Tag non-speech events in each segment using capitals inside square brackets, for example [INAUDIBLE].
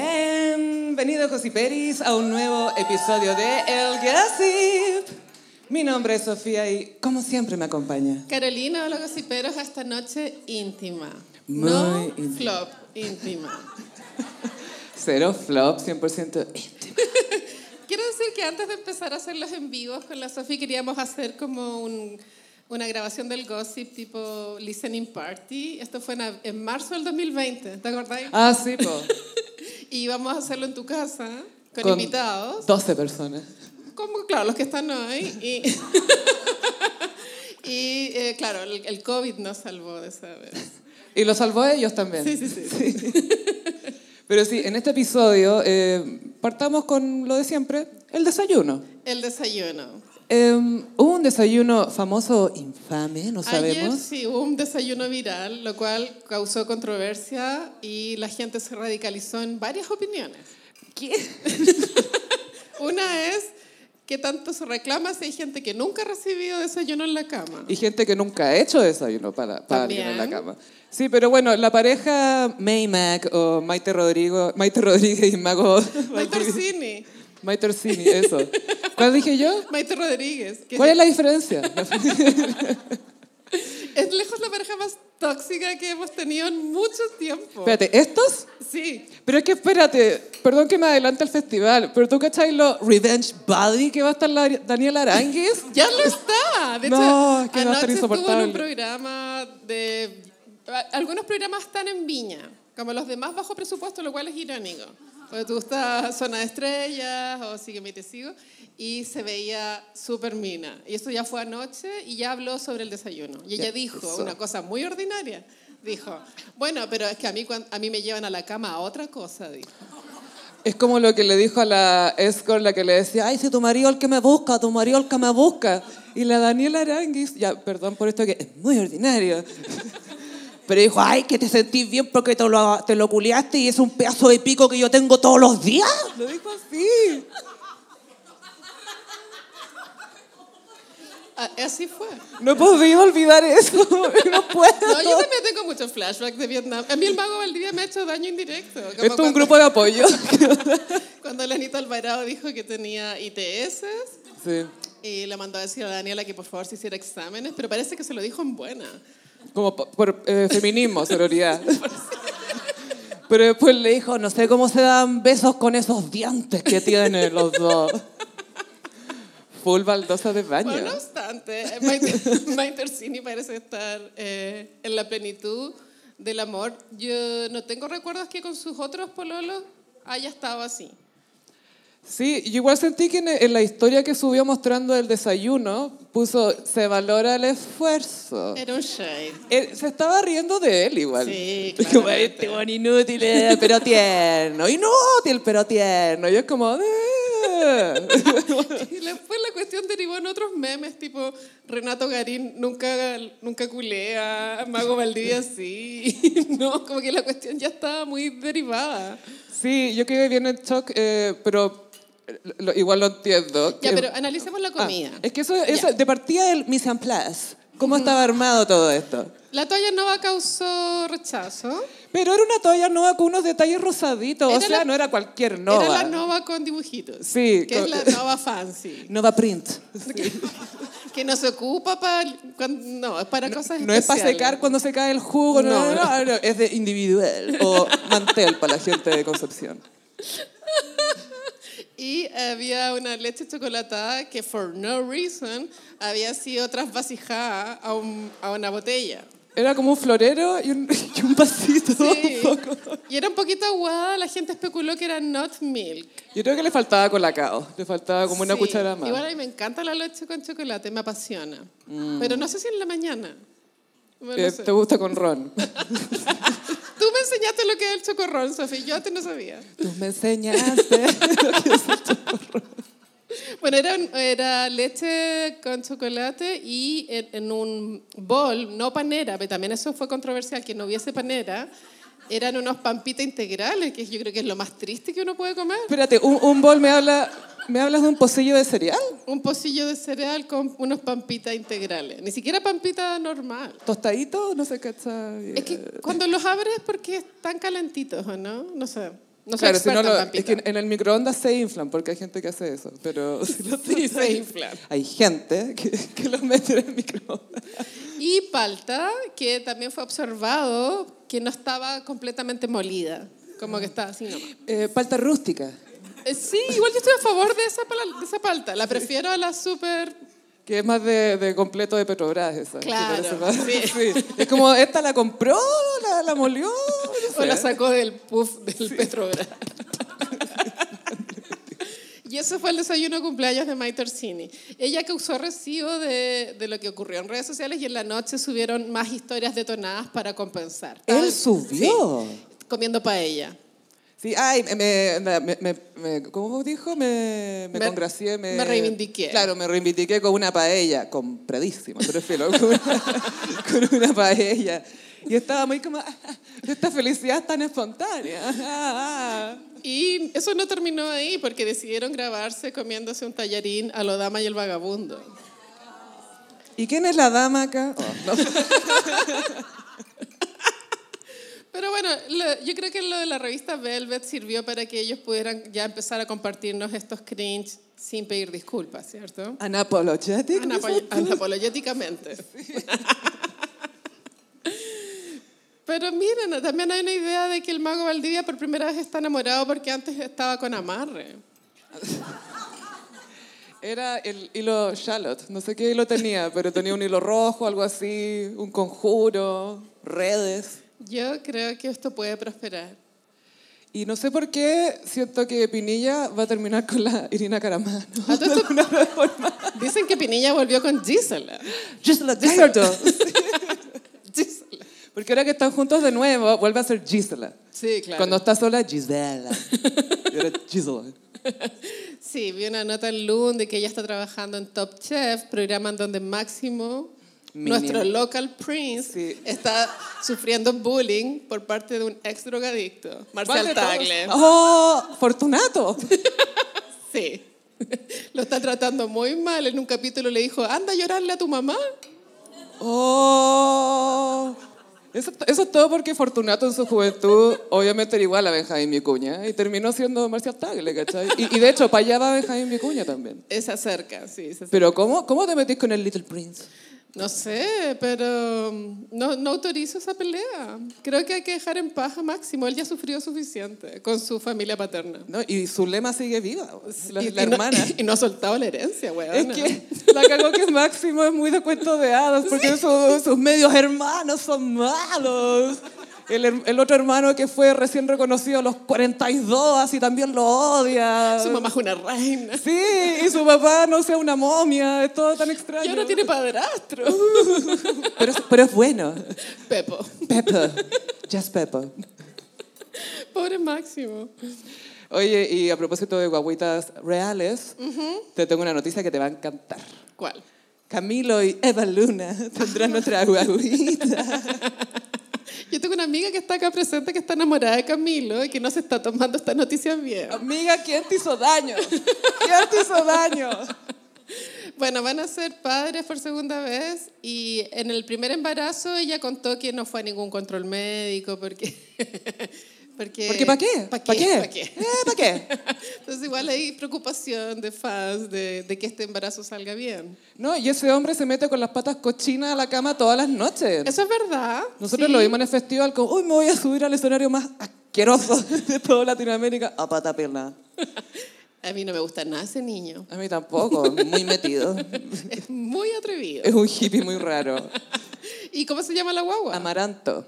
Bienvenidos, Gossiperis, a un nuevo episodio de El Gossip. Mi nombre es Sofía y, como siempre, me acompaña. Carolina, hola gossiperos, esta noche íntima. Muy no íntima. flop, íntima. [LAUGHS] Cero flop, 100% íntimo. Quiero decir que antes de empezar a hacer los en vivos con la Sofi queríamos hacer como un- una grabación del gossip tipo listening party. Esto fue en, a- en marzo del 2020, ¿te acordáis? Ah, sí, [LAUGHS] po. Y íbamos a hacerlo en tu casa con, Con invitados, 12 personas. como claro, los que están hoy. Y, [LAUGHS] y, eh, claro, el, el COVID nos salvó de esa vez. Y lo salvó ellos también. Sí, sí, sí. Pero sí, en este episodio eh, partamos con lo de siempre, el desayuno. El desayuno. Eh, hubo un desayuno famoso, infame, no Ayer sabemos. sí hubo un desayuno viral, lo cual causó controversia y la gente se radicalizó en varias opiniones. [LAUGHS] Una es que tanto se reclama si hay gente que nunca ha recibido desayuno en la cama. Y gente que nunca ha hecho desayuno para, para alguien en la También. cama. Sí, pero bueno, la pareja May Mac o Maite, Rodrigo, Maite Rodríguez y Mago [LAUGHS] Maite Orsini, Maite Orsini, eso. ¿Cuál dije yo? Maite Rodríguez, que ¿Cuál es la diferencia? es lejos la pareja más tóxica que hemos tenido en mucho tiempo. Espérate, ¿estos? Sí, Pero es que espérate, perdón que me adelante al festival, pero tú cachai lo Revenge Body que va a estar la- Daniel Aránguiz. Ya lo está. De hecho, No, es que va a estar anoche estuvo en insoportable. un programa de... Algunos programas están en Viña, como los demás bajo presupuesto, lo cual es irónico. Porque tú estás Zona de Estrellas o Sígueme y te sigo, y se veía súper mina. Y eso ya fue anoche y ya habló sobre el desayuno. Y ella Ya, dijo eso. una cosa muy ordinaria. Dijo, bueno, pero es que a mí, cuan- a mí me llevan a la cama a otra cosa, dijo. Es como lo que le dijo a la escort, la que le decía, ay, si tu marido el que me busca, tu marido el que me busca. Y la Daniela Aránguiz, ya, perdón por esto que es muy ordinario. [LAUGHS] Pero dijo, ay, que te sentís bien porque te lo, te lo culiaste y es un pedazo de pico que yo tengo todos los días. Lo dijo así. A- Así fue. No he podido olvidar eso. [LAUGHS] No No, yo puedo. también tengo muchos flashbacks de Vietnam. A mí el mago Valdivia me ha hecho daño indirecto. Como Esto es un cuando- grupo de apoyo. [LAUGHS] Cuando el Anito Alvarado dijo que tenía ITS Sí. y le mandó a decir a Daniela que por favor se hiciera exámenes, pero parece que se lo dijo en buena. Como po- por eh, feminismo, [LAUGHS] sororidad. Pero después le dijo, no sé cómo se dan besos con esos dientes que tienen los dos. Full baldosa de baño. Bueno, no obstante, Maite [LAUGHS] Maite Orsini parece estar eh, en la plenitud del amor. Yo no tengo recuerdos que con sus otros pololos haya estado así. Sí, yo igual sentí que en, en la historia que subió mostrando el desayuno, puso, se valora el esfuerzo. Era un shade. Él- se estaba riendo de él igual. [LAUGHS] Sí, Como, claramente. este buen inútil, eh, pero tierno. Inútil, pero tierno. Y es como... "Eh". [LAUGHS] Y después la cuestión derivó en otros memes, tipo Renato Garín nunca, nunca culea, Mago Valdivia sí. [LAUGHS] No, como que la cuestión ya estaba muy derivada. Sí, yo quedé bien en shock, eh, pero eh, lo- igual lo entiendo. Ya, Que- pero analicemos la Ah, comida. es que eso, eso- Ya. de partida del mise en place, cómo estaba armado todo esto. La toalla nova causó rechazo. Pero era una toalla nova con unos detalles rosaditos, o Era sea, la- no era cualquier nova. Era la nova con dibujitos. Sí, Que con- es [LAUGHS] la nova fancy. Nova print. Que no se ocupa para... No, es para cosas No es para especiales. secar cuando se cae el jugo, no, No, no, no, no, es de individual o mantel para la gente de Concepción. Y había una leche chocolatada que, for no reason, había sido trasvasijada a, un- a una botella. Era como un florero y un, [LAUGHS] y un vasito. Sí. un poco. Y era un poquito aguada, la gente especuló que era not milk. Yo creo que le faltaba colacao, le faltaba como una Sí. cuchara más. Igual a mí me encanta la leche con chocolate, me apasiona. Pero no sé si en la mañana. Bueno, no Mm. Eh, sé. Te gusta con ron. Tú me enseñaste lo que es el chocorrón, Sofía, yo antes no sabía. Tú me enseñaste. [LAUGHS] Bueno, era, era leche con chocolate y en, en un bol, no panera, pero también eso fue controversial, que no hubiese panera, eran unos pampitas integrales, que yo creo que es lo más triste que uno puede comer. Espérate, un, un bol me habla. ¿Me hablas de un pocillo de cereal? Un pocillo de cereal con unos pampitas integrales, ni siquiera pampita normal. ¿Tostadito? No sé qué está. Es que cuando los abres porque están calentitos, ¿o no? No sé. No soy claro, si experta no lo- en es pampita. que en el microondas se inflan, porque hay gente que hace eso, [LAUGHS] pero si [LAUGHS] lo Sí, se tiras- inflan. Hay gente que, que lo mete en el microondas. Y palta, que también fue observado que no estaba completamente molida, como que estaba así nomás. Eh, palta rústica, Eh, sí, igual yo estoy a favor de esa, pala- de esa palta, la prefiero a la súper... que es más de, de completo de Petrobras esa. que Claro, parece más- [LAUGHS] sí. Es como, esta la compró, la, la molió. no [LAUGHS] O sé. la sacó del puff [LAUGHS] del Petrobras. Y eso fue el desayuno de cumpleaños de May Torsini. Ella causó recibo de, de lo que ocurrió en redes sociales y en la noche subieron más historias detonadas para compensar. Él Sí, subió. comiendo paella. Sí, ay, me, me, me- me- me- ¿cómo dijo? Me, me Me- congracié, me, me reivindiqué. Claro, me reivindiqué con una paella, compradísima, prefiero, [LAUGHS] con una, con una paella. Y estaba muy como, [LAUGHS] ah, ah, esta felicidad tan espontánea. ah, ah, ah. Y eso no terminó ahí porque decidieron grabarse comiéndose un tallarín a lo dama y el vagabundo. ¿Y quién es la dama acá? Oh, [LAUGHS] no. Pero bueno, lo- yo creo que lo de la revista Velvet sirvió para que ellos pudieran ya empezar a compartirnos estos cringe sin pedir disculpas, ¿cierto? Unapologetic, Anapo- [LAUGHS] Anapologéticamente. Pero miren, también hay una idea de que el mago Valdivia por primera vez está enamorado porque antes estaba con amarre. Era el hilo Charlotte, no sé qué hilo tenía, pero tenía un hilo rojo, algo así, un conjuro, redes. Yo creo que esto puede prosperar. Y no sé por qué siento que Pinilla va a terminar con la Irina Caramano. A [LAUGHS] todo esto- De alguna forma. Dicen que Pinilla volvió con Gisela. Gisela Gallardo. [LAUGHS] Gisela. Porque ahora que están juntos de nuevo, vuelve a ser Gisela. Sí, claro. Cuando está sola, [LAUGHS] Gisela. Y ahora Gisela. Sí, vi una nota en Loon de que ella está trabajando en Top Chef, programa en donde Máximo, Mínimo. nuestro local prince, Sí. está sufriendo bullying por parte de un ex drogadicto, Marcial Vale, Tagle. todos. ¡Oh! ¡Fortunato! Sí. [LAUGHS] Lo está tratando muy mal. En un capítulo le dijo, anda a llorarle a tu mamá. ¡Oh! Eso, eso es todo porque Fortunato en su juventud obviamente era igual a Benjamín Vicuña y terminó siendo Marcial Tagle, ¿cachai? Y, y de hecho, para allá va Benjamín Vicuña también. Eh, Se acerca, sí. se acerca. Pero ¿cómo, cómo te metís con el Little Prince? No sé, pero mm, no, no autorizo esa pelea. Creo que hay que dejar en paz a Máximo. Él ya sufrió suficiente con su familia paterna. No, y su lema sigue viva, la, y, la y no- hermana. [LAUGHS] y no ha soltado la herencia, es weón. [LAUGHS] que [LAUGHS] la cagó que Máximo es muy de cuento de hadas, porque su- sus medios hermanos son malos. El, her- el otro hermano que fue recién reconocido a los 42, así también lo odia. Su mamá es una reina. Sí, y su papá no sea una momia, es todo tan Y extraño. ahora tiene padrastro. [LAUGHS] pero, es- pero es bueno. Pepo. Peppa, just Peppa. Pobre Máximo. Oye, y a propósito de guaguitas reales, te tengo una noticia que te va a encantar. ¿Cuál? Camilo y Eva Luna [LAUGHS] tendrán otra guaguita. Yo tengo una amiga que está acá presente que está enamorada de Camilo y que no se está tomando esta noticia bien. [LAUGHS] Amiga, ¿quién te hizo daño? ¿Quién te hizo daño? Bueno, van a ser padres por segunda vez y en el primer embarazo ella contó que no fue a ningún control médico porque... [LAUGHS] Porque, Porque ¿para qué? ¿Para qué? ¿Para ¿Pa' qué? qué? Eh, ¿Para qué? Entonces igual hay preocupación de fans de, de que este embarazo salga bien. No, y ese hombre se mete con las patas cochinas a la cama todas las noches. Eso es verdad. Nosotros sí. lo vimos en el festival como, uy, me voy a subir al escenario más asqueroso [LAUGHS] de toda Latinoamérica a pata pierna. A mí no me gusta nada ese niño. [LAUGHS] A mí tampoco, muy metido. Es muy atrevido. Es un hippie muy raro. ¿Y cómo se llama la guagua? Amaranto.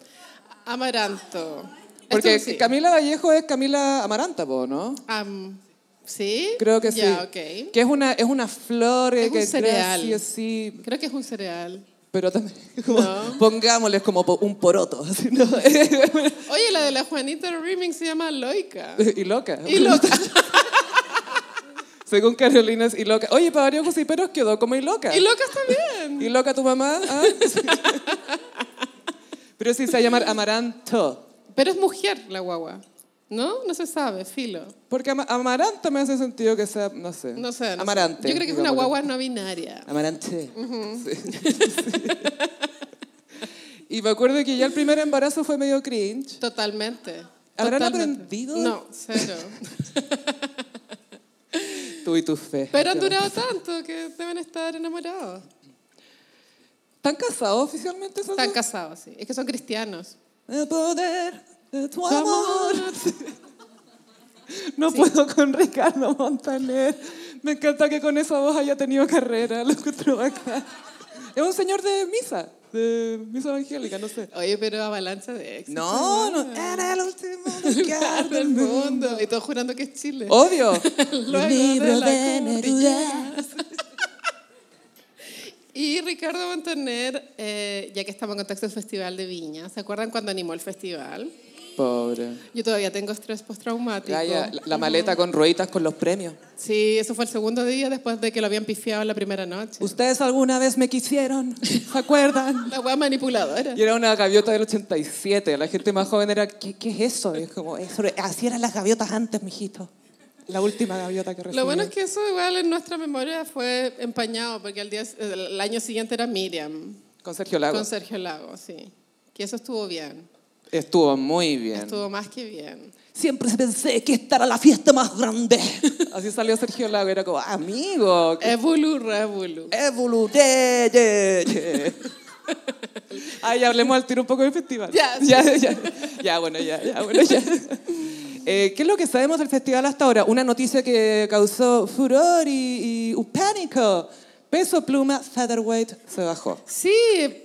Amaranto. Porque Esto sí. Camila Vallejo es Camila Amaranta, po, ¿no? Am- ¿Sí? Creo que Ya, sí. ok. Que es una, es una flor eh, Es un que cereal. crece así, Creo que es un cereal. pero también como, No. pongámosles como po- un poroto. así, ¿no? [LAUGHS] Oye, la de la Juanita Reming se llama Loica. [LAUGHS] y loca. Y loca. Según Carolina es y loca. Oye, para varios gossiperos quedó como y loca. Y Loca está bien. ¿Y loca tu mamá? Ah. [LAUGHS] Pero sí se va a llamar Amaranto. Pero es mujer la guagua. ¿No? No se sabe, filo. Porque ama- Amaranto me hace sentido que sea, no sé. No sé. no sé. Amarante. Yo creo que es una digámosle. guagua no binaria. Amarante. Sí. [LAUGHS] Sí. Y me acuerdo que ya el primer embarazo fue medio cringe. Totalmente. ¿Habrán Totalmente. aprendido? No, cero. Tú y tu fe. Pero han Yo- durado tanto que deben estar enamorados. ¿Están casados oficialmente? esos Están dos? casados, sí. Es que son cristianos. El poder de tu amor. Amor. No puedo con Ricardo Montaner. Me encanta que con esa voz haya tenido carrera. Lo encuentro bacán. Es un señor de misa, de misa evangélica, no sé. [LAUGHS] Oye, pero avalancha de éxito. No, no. weón. Era el [LAUGHS] último Lugar lugar del mundo. Y todos jurando que es Chile. Obvio. [LAUGHS] Luego de la cordillera. [LAUGHS] Y Ricardo Montaner, eh, ya que estamos en contexto del Festival de Viña, ¿se acuerdan cuando animó el festival? Pobre. Yo todavía tengo estrés postraumático. Gaya, la, la maleta con rueditas con los premios. Sí, eso fue el segundo día después de que lo habían pifiado en la primera noche. ¿Ustedes alguna vez me quisieron? ¿Se acuerdan? La wea manipuladora. Y era una gaviota del 87. La gente más joven era, ¿qué, qué es eso? Y es como, "Eso era- así eran las gaviotas antes, mijito. La última gaviota que recibí. Lo bueno es que eso igual en nuestra memoria fue empañado porque el, día, el año siguiente era Miriam Con Sergio Lago. con Sergio Lago, sí. Que eso estuvo bien, Estuvo muy bien. estuvo más que bien. Siempre pensé que esta era la fiesta más [LAUGHS] grande. así salió Sergio Lago. Era como, amigo. que- Evolu, revolu. Evolu, ye, ye, ye". [LAUGHS] Ay, hablemos al tiro un poco del festival. Ya, sí. [LAUGHS] ya, ya, Ya, bueno, ya, ya, bueno, ya. [LAUGHS] Eh, ¿Qué es lo que sabemos del festival hasta ahora? Una noticia que causó furor y, y un pánico. Peso pluma, featherweight, se bajó. Sí,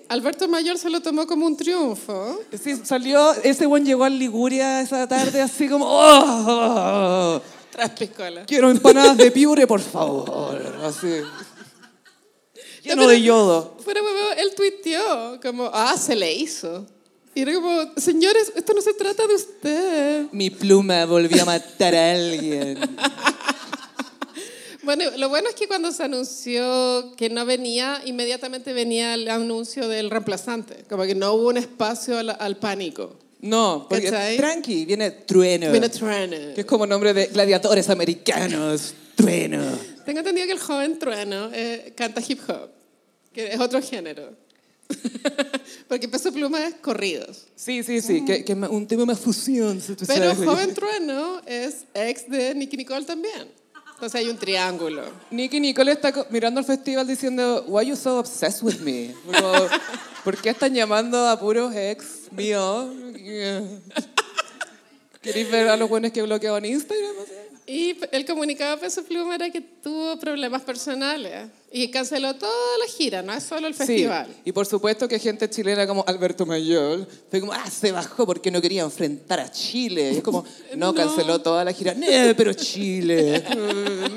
Alberto Mayor se lo tomó como un triunfo. [LAUGHS] Sí, salió, ese buen llegó a Liguria esa tarde así como, "Oh, Tras piscola. quiero empanadas de piure, por favor. Así. Lleno de yodo. Fuera huevo, él tuiteó como, ah, se le hizo. Y era como, señores, esto no se trata de usted. Mi pluma volvió a matar a alguien. Bueno, lo bueno es que cuando se anunció que no venía, inmediatamente venía el anuncio del reemplazante. Como que no hubo un espacio al, al pánico. No, porque ¿Cachai? tranqui, viene trueno. Viene Trueno. que es como nombre de gladiadores americanos. Trueno. Tengo entendido que el joven Trueno eh, canta hip hop, que es otro género. [LAUGHS] Porque Peso Pluma es corridos. Sí, sí, sí, que, que es un tema más fusión. si tú Pero sabes. Joven Trueno es ex de Nicky Nicole también. Entonces hay un triángulo. Nicky Nicole está co- mirando al festival diciendo, why you so obsessed with me? Como, ¿Por qué están llamando a puros ex míos? [LAUGHS] ¿Queréis ver a los buenos que he bloqueado en Instagram? Y el comunicado de Peso Pluma era que tuvo problemas personales y canceló toda la gira, no es solo el festival. Sí, y por supuesto que gente chilena como Alberto Mayor fue como, ah, se bajó porque no quería enfrentar a Chile. Y es [LAUGHS] como, no, No. canceló toda la gira. No, pero Chile. eh,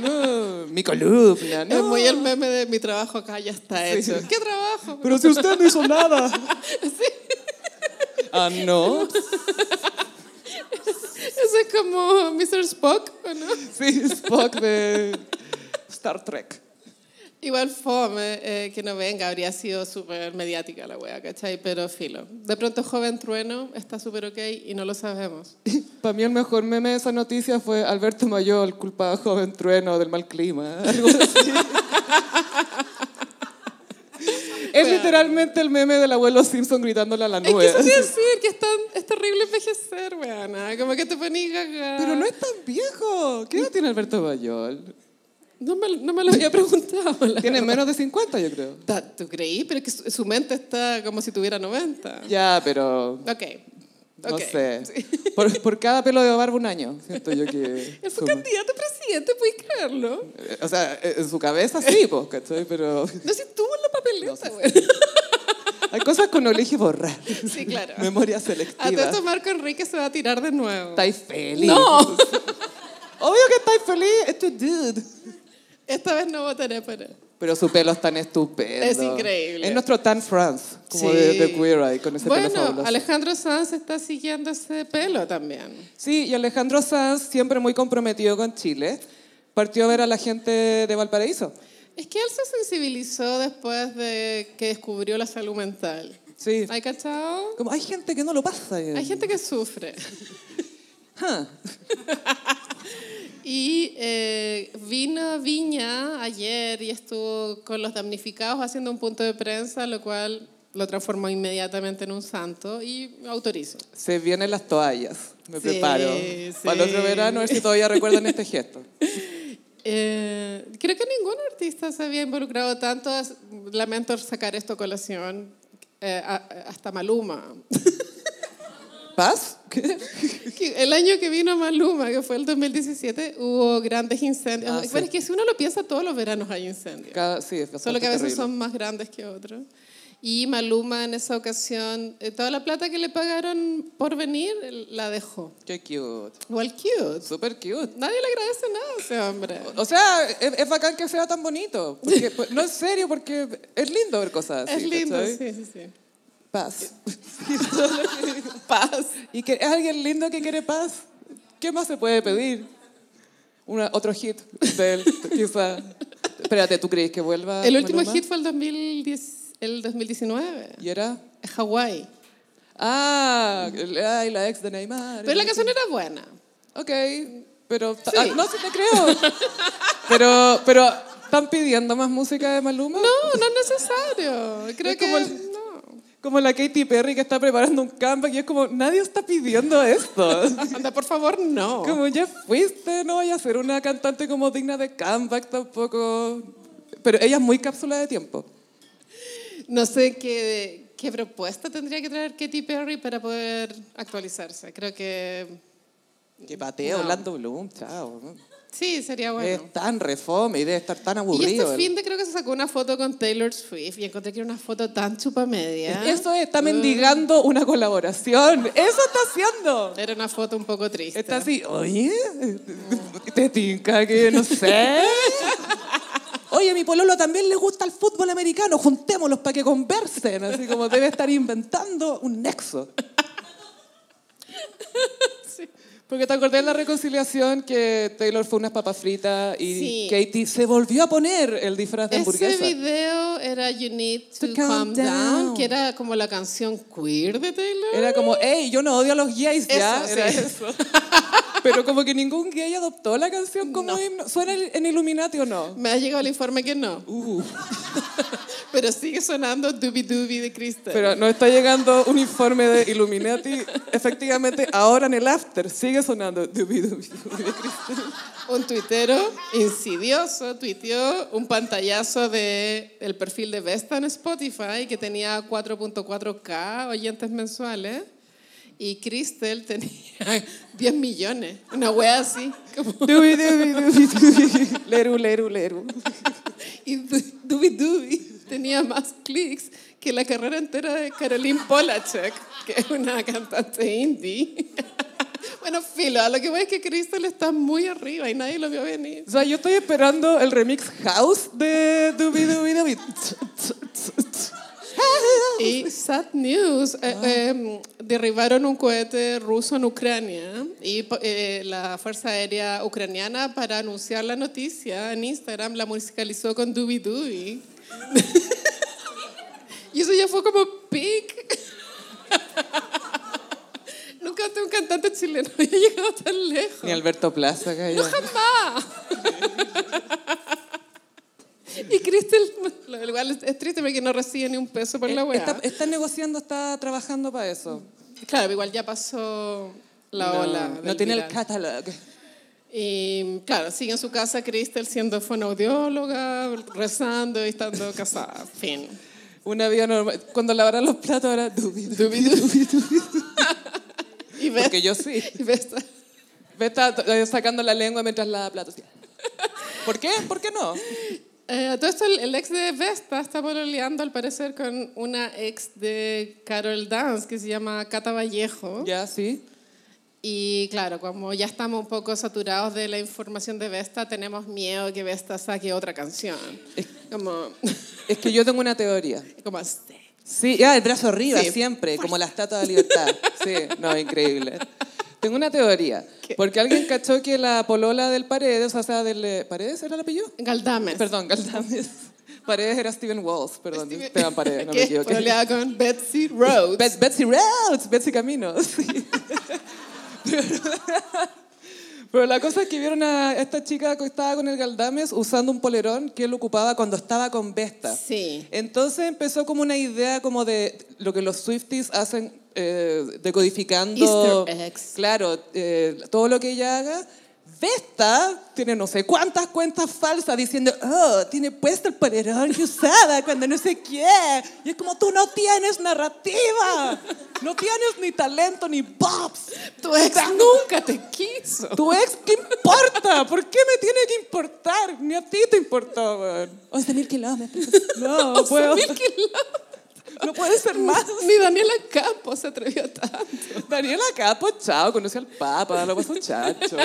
no, mi columna. No. Es muy el meme de mi trabajo acá ya está Sí. hecho. ¿Qué trabajo? Pero si usted no hizo [LAUGHS] nada. Ah, no. Eso es como Mr. Spock, ¿o no? Sí, Spock de Star Trek. Igual fome eh, que no venga, habría sido súper mediática la wea, ¿cachai? Pero filo. De pronto Joven Trueno está súper ok y no lo sabemos. Para mí el mejor meme de esa noticia fue Alberto Mayor, culpa de joven trueno del mal clima. [LAUGHS] algo así. es literalmente el meme del abuelo Simpson gritándole a la Pues, Es nube. que eso quiere decir que es, tan, es terrible envejecer, weana. Como que te ponís gaga. Pero no es tan viejo. ¿Qué edad tiene Alberto Mayor? No me, no me lo había preguntado. [LAUGHS] la Tiene verdad. menos de 50, yo creo. Ta- ¿Tú creí? Pero es que su, su mente está como si tuviera 90. Ya, pero Ok. no ok. sé. Sí. Por, por cada pelo de barba un año, siento yo [LAUGHS] que... Él fue suma. candidato a presidente, ¿puedes creerlo? Eh, O sea, eh, en su cabeza sí, pues, ¿cachai? Pero No sé si estuvo en la papeleta, güey. [LAUGHS] hay cosas que uno elige borrar. Sí, claro. Memoria A Ah, todo selectiva. esto Marco Enrique se va a tirar de nuevo. ¿Estáis feliz? No, Obvio que estáis feliz, es tu dude. esta vez no votaré para él. Pero su pelo es tan estupendo. Es increíble. Es nuestro tan France, como Sí. de, de Queer Eye, con ese bueno, pelo fabuloso. Alejandro Sanz está siguiendo ese pelo también. Sí, y Alejandro Sanz, siempre muy comprometido con Chile, partió a ver a la gente de Valparaíso. Es que él se sensibilizó después de que descubrió la salud mental. Sí. ¿Hay cachado? Como hay gente que no lo pasa. eh. Hay gente que sufre. Ah, Y eh, vino a Viña ayer y estuvo con los damnificados haciendo un punto de prensa, lo cual lo transformo inmediatamente en un santo y autorizo. Se vienen las toallas. Me Sí, preparo. Para el sí. otro verano, a ver si todavía recuerdan este [LAUGHS] gesto. Eh, creo que ningún artista se había involucrado tanto. as- Lamento sacar esto a colación. eh, a- a- hasta Maluma. [LAUGHS] ¿Paz? ¿Qué? Que El año que vino Maluma, que fue el 2017, hubo grandes incendios. Ah, sí. Bueno, es que si uno lo piensa, todos los veranos hay incendios. Cada- sí, es Solo que a bastante terrible. veces son más grandes que otros. Y Maluma en esa ocasión, eh, toda la plata que le pagaron por venir, la dejó. Qué cute. Igual cute. Súper cute. Nadie le agradece nada a [LAUGHS] ese hombre. O sea, es, es bacán que sea tan bonito. Porque, pues, no, en serio, porque es lindo ver cosas así. es lindo, ¿cachai? sí, sí, sí. Paz. [LAUGHS] Paz. Y que es alguien lindo que quiere paz. ¿Qué más se puede pedir? Una, otro hit de él, quizá. Espérate, ¿tú crees que vuelva? El último Ah, Maluma? hit fue el, 2010, el 2019, ¿Y era? Hawái. Ah, el- ay, la ex de Neymar. Pero la canción era buena. Ok, pero... ah, no, sí te creo. pero, pero, ¿están pidiendo más música de Maluma? No, no es necesario. Creo Es que como el- no. Como la Katy Perry que está preparando un comeback y es como, nadie está pidiendo esto. [LAUGHS] Ah, Anda, por favor, no. Como ya fuiste, no vaya a ser una cantante como digna de comeback tampoco. Pero ella es muy cápsula de tiempo. No sé qué, qué propuesta tendría que traer Katy Perry para poder actualizarse. Creo que Que pateo, No. Orlando Bloom, chao. sí, sería Es bueno. tan refome y debe estar tan Y aburrido. este el- fin de creo que se sacó una foto con Taylor Swift y encontré que era una foto tan chupamedia. Eso es, está mendigando una colaboración. Eso está haciendo. Era una foto un poco triste. Está así, oye, te tinca que no sé. [LAUGHS] Oye, mi pololo también le gusta el fútbol americano, juntémoslos para que conversen, así como debe estar inventando un [LAUGHS] nexo. Porque te acordé de la reconciliación que Taylor fue unas papas fritas y Sí. Katie se volvió a poner el disfraz de Ese hamburguesa. video era You Need to, To Calm Calm down, Down. que era como la canción queer de Taylor. Era como, hey, yo no odio a los gays, ya. Eso, Era sí. eso. Pero como que ningún gay adoptó la canción como himno. ¿Suena en Illuminati o no? Me ha llegado el informe que no, Uh. pero sigue sonando Doobie Doobie de Kristen. Pero nos está llegando un informe de Illuminati. Efectivamente, ahora en el after sigue sonando. Dubi, dubi, dubi, de Cristo. Un tuitero insidioso tuiteó un pantallazo de el perfil de Vesta en Spotify que tenía 4.4k oyentes mensuales y Crystal tenía [LAUGHS] 10 millones, una wea así. como- [LAUGHS] Dubi, dubi, dubi, dubi. Leru, leru, leru. y Du- Dubi Dubi tenía más clics que la carrera entera de Caroline Polachek, que es una cantante indie. [LAUGHS] Bueno, filo, a lo que voy es que Crystal está muy arriba y nadie lo vio venir. O sea, yo estoy esperando el remix house de Dubi, dubi, dubi. Y sad news, eh, Ah. eh, derribaron un cohete ruso en Ucrania y po- eh, la Fuerza Aérea Ucraniana para anunciar la noticia en Instagram la musicalizó con Dubi Dubi. [LAUGHS] y eso ya fue como pic. [LAUGHS] Nunca antes un cantante chileno [LAUGHS] había llegado tan lejos. Ni Alberto Plaza, calla. ¡Jamás! Y Crystal, lo igual es triste porque no recibe ni un peso Eh, por la weá. Está, está negociando, está trabajando para eso. Claro, igual ya pasó la no, ola. No del tiene el viral. catálogo. Y claro, sigue en su casa Crystal siendo fonoaudióloga, rezando y estando casada. Fin. Una vida normal. Cuando lavarán los platos, ahora dubi, dubi, dubi, dubi. Y ves, Porque yo sí. y ves- Ve, está eh, sacando la lengua mientras lava platos. [LAUGHS] ¿Por qué? ¿Por qué no? Eh, a todo esto, el, el ex de Vesta está pololeando al parecer con una ex de Carol Dance que se llama Cata Vallejo. Ya, sí. Y claro, como ya estamos un poco saturados de la información de Vesta, tenemos miedo que Vesta saque otra canción. Es- Como, Es que yo tengo una teoría. como este, "Sí". Sí, ya, el brazo arriba Sí. siempre, como la estatua de libertad. [LAUGHS] Sí, no, increíble. Tengo una teoría. Porque alguien cachó que la polola del Paredes, o sea, del... eh, ¿Paredes era la pilló? Galdames. Perdón, Galdames. [LAUGHS] Paredes era Steven Walls, perdón, Steven- Esteban Paredes, no me [LAUGHS] que equivoqué. pololeaba con Betsy Rhodes. Bet- Betsy Rhodes, Betsy Caminos. [LAUGHS] Pero la cosa es que vieron a esta chica que estaba con el Galdames usando un polerón que él ocupaba cuando estaba con Vesta. Sí. Entonces empezó como una idea como de lo que los Swifties hacen eh, decodificando. Easter eggs. Claro, eh, todo lo que ella haga. Vesta tiene no sé cuántas cuentas falsas diciendo, oh, tiene puesto el polerón que usaba cuando no sé qué. Y es como, tú no tienes narrativa, no tienes ni talento ni pops. Tu ex nunca te quiso. Tu ex, ¿qué importa? ¿Por qué me tiene que importar? Ni a ti te importó, weón. 11.000 kilómetros. No, [LAUGHS] O sea, puedo- mil kilómetros. no puede ser más. Ni Daniela Campos se atrevió tanto. Daniela Capo, chao, conocí al Papa, lo pasó chacho.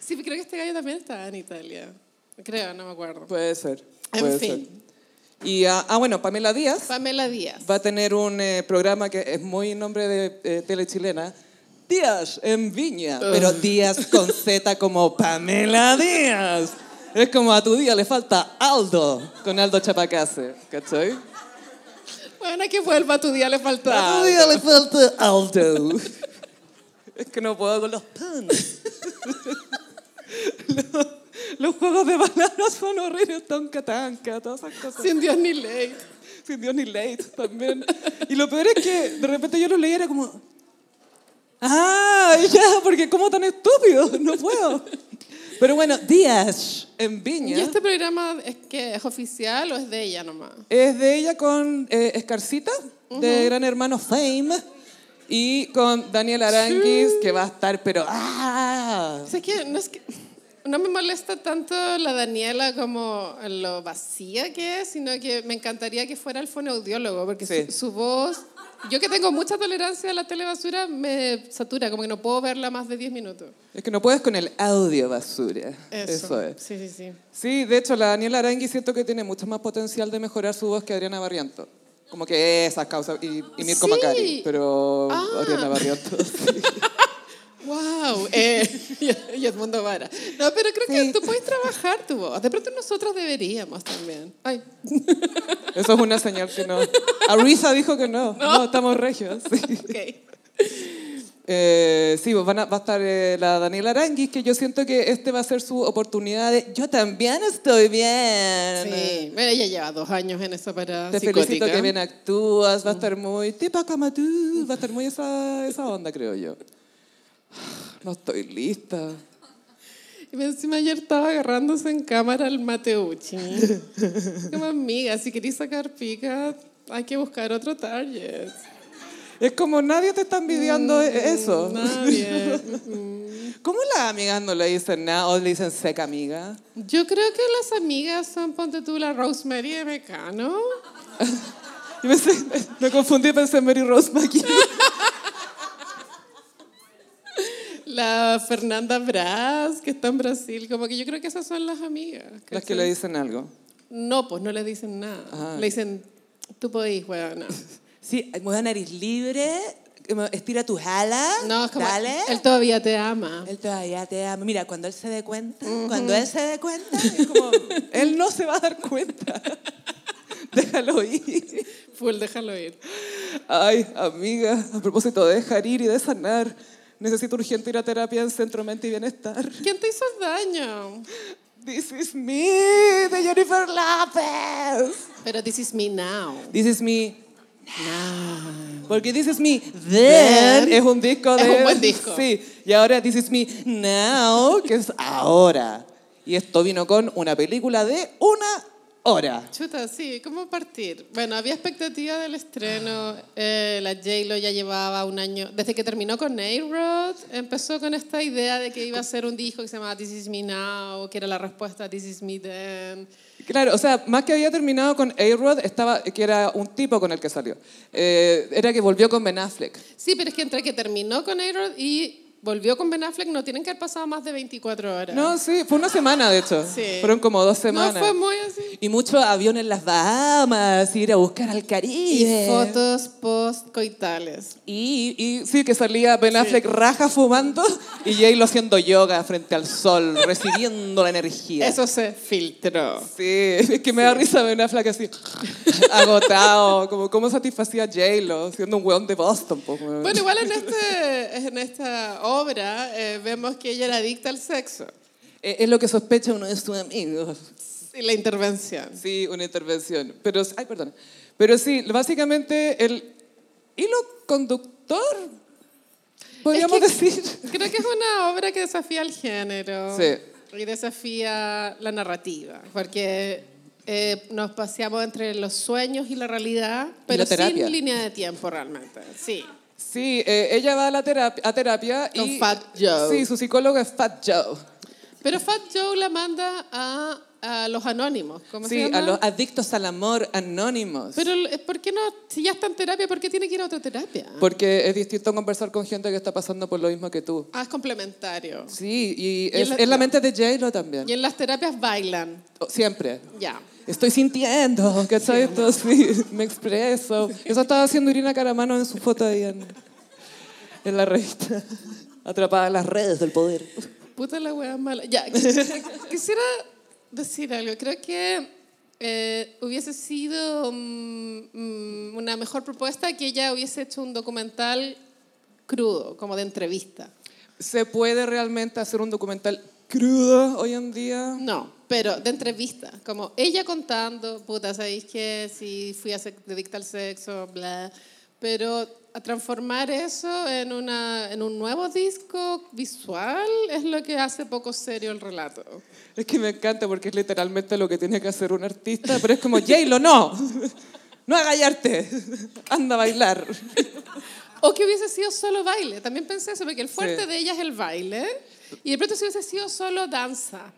Sí, creo que este gallo también estaba en Italia. Creo, no me acuerdo. Puede ser. En puede fin. ser. Y, ah, ah, bueno, Pamela Díaz Pamela Díaz. va a tener un eh, programa que es muy nombre de eh, tele chilena. Díaz en Viña, pero Díaz con Z como Pamela Díaz. Es como a tu día le falta Aldo, con Aldo Chapacase, ¿cachai? Bueno, que vuelva tu día le faltaba. Todavía le falta Aldo. es que no puedo con los panes. [LAUGHS] los, los juegos de palabras son horribles, tonca tanca, todas esas cosas. Sin Dios ni ley. Sin Dios ni late también. Y lo peor es que de repente yo los leía y era como, ah, ya, porque cómo tan estúpido, no puedo. Pero bueno, Díaz en Viña ¿Y este programa es que es oficial o es de ella nomás? es de ella con eh, Escarcita, de Gran Hermano Fame, y con Daniel Aranguis, que va a estar, pero ¡ah! O sea, que no es que... No me molesta tanto la Daniela como lo vacía que es, sino que me encantaría que fuera el fonoaudiólogo, porque Sí. su, su voz... Yo que tengo mucha tolerancia a la telebasura, me satura, como que no puedo verla más de 10 minutos. Es que no puedes con el audio basura. Eso, es. Sí, sí, sí. Sí, de hecho, la Daniela Aranguis siento que tiene mucho más potencial de mejorar su voz que Adriana Barriento. Como que esas causas. Y, y Mirko Sí. Macari, pero Ah. Adriana Barriento. ¡Wow! Eh, [LAUGHS] y- y Edmundo Vara. No, pero creo que tú puedes trabajar tu voz. De pronto nosotros deberíamos también. Ay, Eso es una señal que no. Arisa dijo que no. No, estamos regios. sí. ok. [LAUGHS] Eh, sí, pues van a- va a estar eh, la Daniela Aranguis, que yo siento que este va a ser su oportunidad de yo también estoy bien. Sí, mira, ella lleva dos años en esa parada Te psicótica. Mm. felicito que bien actúas, va a estar muy tipa como tú, va a estar muy esa, esa onda, creo yo. [SIGHS] No estoy lista. Y encima ayer estaba agarrándose en cámara [LAUGHS] al Mateucci. Como amiga, si querés sacar pica, hay que buscar otro target. Es como nadie te está envidiando eso. Nadie. Mm. ¿Cómo las amigas no le dicen nada o le dicen seca amiga? Yo creo que las amigas son, ponte tú, la Rosemary de Mecano. Y pensé- [LAUGHS] me confundí, pensé en Mary Rose McGee. [LAUGHS] La Fernanda Brás, que está en Brasil, como que yo creo que esas son las amigas. Las que ¿cachai? le dicen algo. No, pues no le dicen nada. Ah. Le dicen, tú podís, weona. Sí, mueve nariz libre, como estira tus alas, No, es como, dale. él todavía te ama. Él todavía te ama. Mira, cuando él se dé cuenta, cuando él se dé cuenta, [LAUGHS] es como, él no se va a dar cuenta. [LAUGHS] Déjalo ir. Full, déjalo ir. Ay, amiga, a propósito de dejar ir y de sanar, necesito urgente ir a terapia en Centro Mente y Bienestar. ¿Quién te hizo daño? This is me, de Jennifer López. Pero this is me now. This is me. Now. Porque This Is Me Then Then. es un disco de. Es un buen disco. Sí, y ahora This Is Me Now, que es ahora. Y esto vino con una película de una hora. Chuta, sí, ¿cómo partir? Bueno, había expectativa del estreno. eh, la J-Lo ya llevaba un año. Desde que terminó con A-Rod, empezó con esta idea de que iba a ser un disco que se llamaba This Is Me Now, que era la respuesta a This Is Me Then. Claro, o sea, más que había terminado con A-Rod, estaba, que era un tipo con el que salió. Eh, era que volvió con Ben Affleck. Sí, pero es que entre que terminó con A-Rod y volvió con Ben Affleck, no tienen que haber pasado más de 24 horas. No, sí, fue una semana, de hecho. Sí. Fueron como dos semanas. No fue muy así. Y mucho avión en las Bahamas, ir a buscar al Caribe. Y fotos por postcoitales. Y, y sí, que salía Ben Affleck raja fumando y J-Lo haciendo yoga frente al [LAUGHS] sol, recibiendo la energía. Eso se filtró. Sí, es que me da risa Ben Affleck así, agotado, como cómo satisfacía a J-Lo siendo un weón de Boston. po, weón. Bueno, igual en, este, en esta obra eh, vemos que ella era adicta al sexo Eh, es lo que sospecha uno de sus amigos. y la intervención. Sí, una intervención. Pero, ay, perdón. Pero sí, básicamente el hilo conductor, podríamos Es que- decir. Creo que es una obra que desafía el género Sí. y desafía la narrativa, porque eh, nos paseamos entre los sueños y la realidad, pero terapia. sin línea de tiempo realmente. Sí. Sí, eh, ella va a la terapia, a terapia y Con Fat Joe. Sí, su psicólogo es Fat Joe. Pero Fat Joe la manda a, a los anónimos. ¿Cómo se Sí, llama? a los adictos al amor anónimos. Pero eh, ¿por qué no? Si ya está en terapia, ¿por qué tiene que ir a otra terapia? porque es distinto conversar con gente que está pasando por lo mismo que tú. Ah, es complementario. Sí, y, en es, la- es la mente de J-Lo también. Oh, Y en las terapias bailan. Siempre. Ya. Estoy sintiendo, ¿cachai? Esto sí, me expreso. Eso estaba haciendo Irina Caramano en su foto ahí en, en la revista. Atrapada en las redes del poder. Puta la wea mala. Ya, qu- quisiera decir algo. Creo que eh, hubiese sido mm, mm, una mejor propuesta que ella hubiese hecho un documental crudo, como de entrevista. ¿Se puede realmente hacer un documental crudo hoy en día? No, pero de entrevista. Como ella contando, puta, ¿sabéis que Si fui a sec- adicta al sexo, bla. Pero a transformar eso en, una, en un nuevo disco visual es lo que hace poco serio el relato. Es que me encanta porque es literalmente lo que tiene que hacer un artista, pero es como, J-Lo, no. No agallarte. Anda a bailar. O que hubiese sido solo baile. También pensé eso, porque el fuerte Sí. de ella es el baile. Y de pronto si hubiese sido solo danza.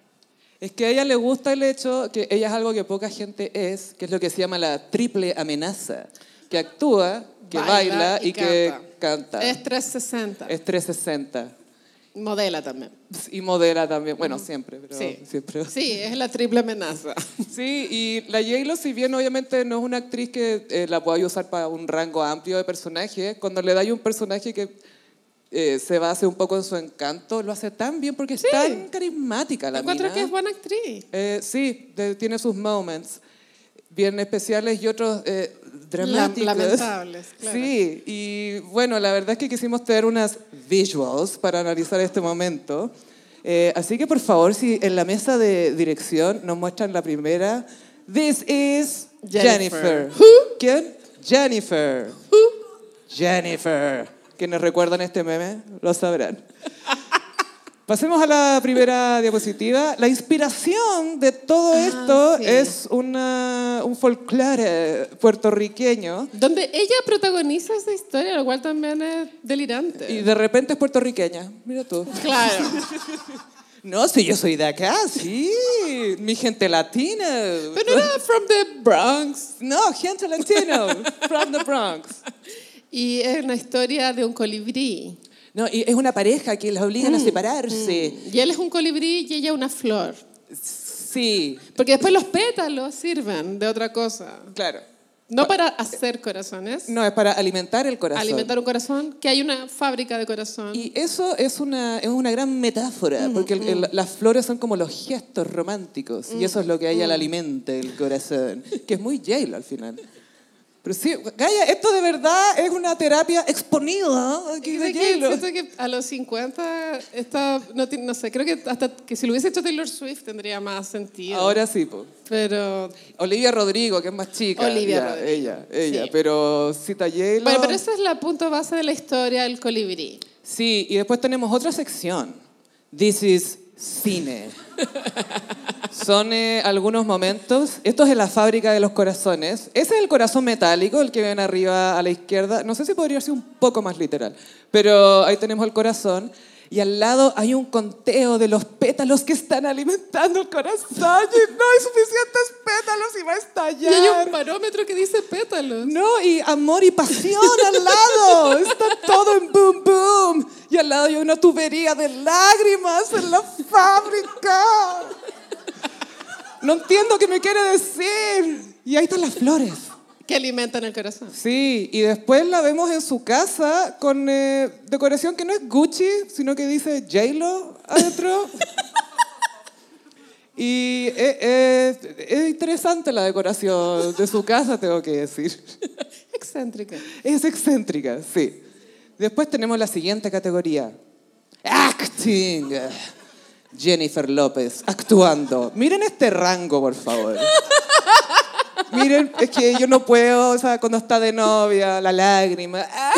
Es que a ella le gusta el hecho que ella es algo que poca gente es, que es lo que se llama la triple amenaza, que actúa, que baila, y, que canta. Es 360. Es 360. Modela también. Y modela también, bueno, siempre, pero Sí. siempre. Sí, es la triple amenaza. Sí, y la J-Lo, si bien obviamente no es una actriz que eh, la pueda usar para un rango amplio de personajes, cuando le da un personaje que eh, se base un poco en su encanto, lo hace tan bien porque es tan carismática la Encuentro mina. que es buena actriz. Eh, sí, de- tiene sus moments bien especiales y otros eh, dramáticos. lamentables, claro. Sí, y bueno, la verdad es que quisimos tener unas visuals para analizar este momento. Eh, así que por favor, si en la mesa de dirección nos muestran la primera. This is Jennifer. Jennifer. ¿Quién? Jennifer. Jennifer. Quienes recuerdan este meme lo sabrán. [LAUGHS] Pasemos a la primera diapositiva. La inspiración de todo Ah, esto sí. es una, un folclore puertorriqueño. Donde ella protagoniza esa historia, lo cual también es delirante. Y de repente es puertorriqueña. Mira tú. Claro. [LAUGHS] No, si yo soy de acá, sí. Mi gente latina. Pero era from the Bronx. No, gente latina. From the Bronx. Y es una historia de un colibrí. No, y es una pareja que las obligan Mm, a separarse. Y él es un colibrí y ella una flor. Sí, Porque después los pétalos sirven de otra cosa. claro. No para hacer corazones, No, es para alimentar el corazón. alimentar un corazón, que hay una fábrica de corazón. Y eso es una, es una gran Mm, metáfora, porque el- el- las flores son como los gestos románticos, Mm. y eso es lo que a ella le alimenta el corazón, que es muy J-Lo al final. Pero sí, Gaya, esto de verdad es una terapia exponida aquí Yo sé de que- J-Lo. siento que a los 50 está, no, ti- no sé, creo que hasta que si lo hubiese hecho Taylor Swift tendría más sentido. Ahora sí, po. Pero Olivia Rodrigo, que es más chica. Olivia ya, Rodrigo, Ella, ella. sí. Pero cita J-Lo. Bueno, pero esa es la punto base de la historia del colibrí. Sí, y después tenemos otra sección. This is cine. Son eh, algunos momentos. Esto es de la fábrica de los corazones. Ese es el corazón metálico, el que ven arriba a la izquierda. No sé si podría ser un poco más literal, pero ahí tenemos el corazón. Y al lado hay un conteo de los pétalos que están alimentando el corazón. Y no hay suficientes pétalos y va a estallar. Y hay un barómetro que dice pétalos. No, y amor y pasión al lado. Está todo en boom boom. Y al lado hay una tubería de lágrimas en la fábrica. No entiendo qué me quiere decir. Y ahí están las flores. que alimentan el corazón. Sí, y después la vemos en su casa con eh, decoración que no es Gucci, sino que dice J-Lo adentro. y eh, eh, es interesante la decoración de su casa, tengo que decir. Excéntrica. Es excéntrica, sí. Después tenemos la siguiente categoría. Acting. Jennifer López, actuando. Miren este rango, por favor. Miren, es que yo no puedo, o sea, cuando está de novia, la lágrima, ¡ah!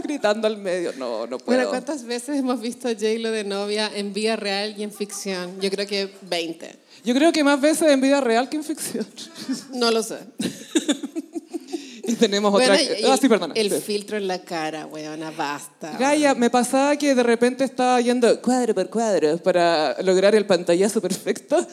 gritando al medio. No, no puedo. Bueno, ¿cuántas veces hemos visto a J-Lo de novia en vida real y en ficción? Yo creo que 20. Yo creo que más veces en vida real que en ficción. [LAUGHS] No lo sé. Y tenemos otra. y- ah, y sí, perdona. El Sí. filtro en la cara, weona, basta. Gaia, me pasaba que de repente estaba yendo cuadro por cuadro para lograr el pantallazo perfecto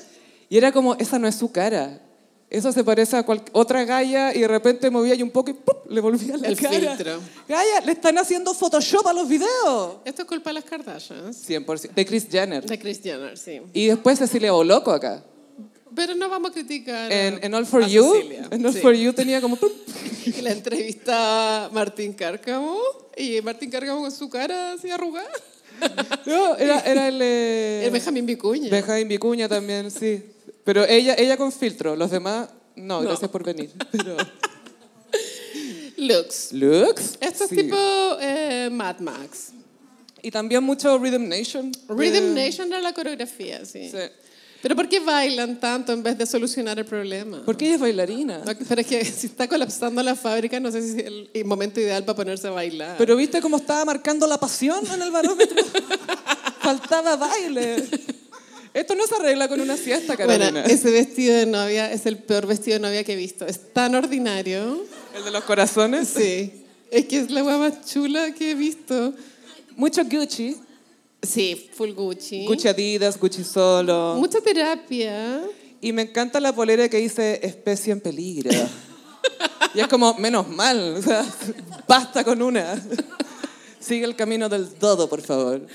y era como, esa no es su cara. Eso se parece a cual- otra Gaia y de repente movía y un poco y ¡pum! le volvía la El cara. filtro. Gaia, le están haciendo Photoshop a los videos. Esto es culpa de las Kardashians. 100%. De Chris Jenner. De Kris Jenner, sí. Y después Cecilia Boloco acá. Pero no vamos a criticar. En, eh, en All For a You, Cecilia, en All sí. For You tenía como... [LAUGHS] ¡pum! Y la entrevista a Martín Cárcamo. Y Martín Cárcamo con su cara así arrugada. No, era, era el... eh, El Benjamín Vicuña. Benjamín Vicuña también, sí. Pero ella, ella con filtro, los demás, no, No. gracias por venir. [LAUGHS] Pero... Looks. Looks. Esto es sí. tipo eh, Mad Max. Y también mucho Rhythm Nation. Rhythm Eh, Nation era la coreografía, sí. sí. Pero ¿por qué bailan tanto en vez de solucionar el problema? Porque ella es bailarina. No, pero es que [LAUGHS] si está colapsando la fábrica, no sé si es el momento ideal para ponerse a bailar. Pero viste cómo estaba marcando la pasión en el [LAUGHS] barómetro. Faltaba baile. Esto no se arregla con una siesta, Carolina. bueno, ese vestido de novia es el peor vestido de novia que he visto. Es tan [LAUGHS] ordinario. El de los corazones. Sí. Es que es la hueá más chula que he visto. Mucho Gucci. Sí, full Gucci. Gucci Adidas, Gucci Solo. Mucha terapia. Y me encanta la polera que dice especie en peligro. y es como, menos mal, o sea, basta con una. Sigue el camino del todo, por favor.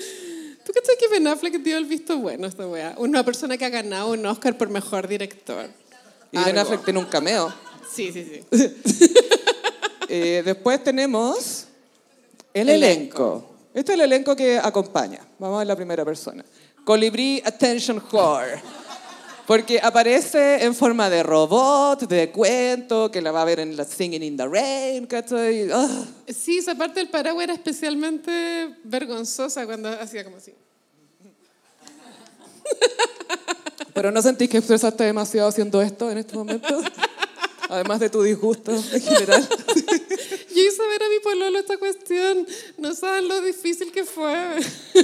¿Tú cachas que Ben Affleck dio el visto bueno a esta weá? Una persona que ha ganado un Oscar por mejor director. Y Ben Algo. Affleck tiene un cameo. Sí, sí, sí. [LAUGHS] Eh, después tenemos el Elenco. elenco. Este es el elenco que acompaña. Vamos a ver la primera persona. Colibrí Attention Whore. Porque aparece en forma de robot, de cuento, que la va a ver en la Singing in the Rain, ¿cachai? Ah. Sí, esa parte del paraguas era especialmente vergonzosa cuando hacía como así. Pero no sentís que estresaste demasiado haciendo esto en este momento. [LAUGHS] Además de tu disgusto en general. Yo hice ver a mi pololo esta cuestión. No saben lo difícil que fue.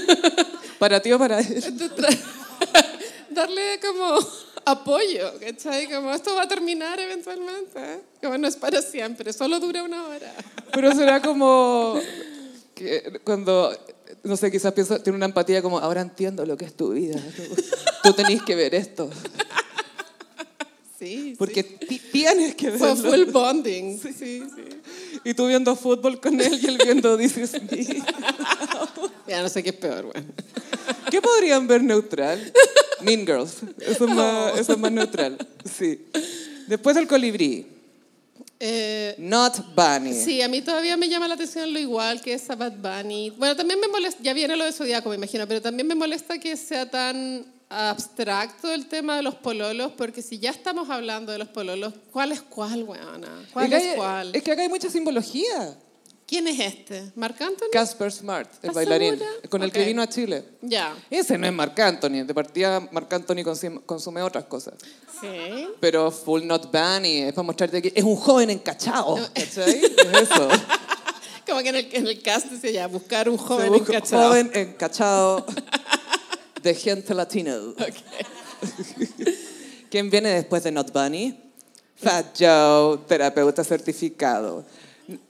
[LAUGHS] Para ti o para él. De tra- [LAUGHS] Darle como apoyo, ¿cachai? Como esto va a terminar eventualmente. Como no es para siempre, solo dura una hora. Pero será como que cuando, no sé, quizás pienso, tiene una empatía como, ahora entiendo lo que es tu vida. Tú tenés que ver esto. Sí, Porque ti- tienes que [LAUGHS] sí. Fue verlo. full bonding. Sí, sí. Y tú viendo fútbol con él y él viendo [LAUGHS] This Is Me. Ya no sé qué es peor, bueno. ¿Qué podrían ver neutral? Mean Girls. Eso es más, eso es más neutral. Sí. Después el colibrí. Eh, Not Bunny. sí, a mí todavía me llama la atención lo igual que es a Bad Bunny. Bueno, también me molesta, ya viene lo de Zodíaco, me imagino, pero también me molesta que sea tan abstracto el tema de los pololos, porque si ya estamos hablando de los pololos, ¿cuál es cuál, weona? Y ¿Cuál que es hay- cuál? Es que acá hay mucha simbología. ¿Quién es este? ¿Marc Anthony? Casper Smart, el ¿Estás bailarín, segura? con el Ok. que vino a Chile. ya. Ese no es Marc Anthony, de partida Marc Anthony consume, consume otras cosas. Sí. Pero Full Not Bunny es para mostrarte que es un joven encachado. ¿Cachai? Es [LAUGHS] eso. Como que en el, en el cast decía ya, buscar un Se joven busca un encachado. [LAUGHS] joven encachado de gente latino. ¿Quién viene después de Not Bunny? Fat Joe, terapeuta certificado.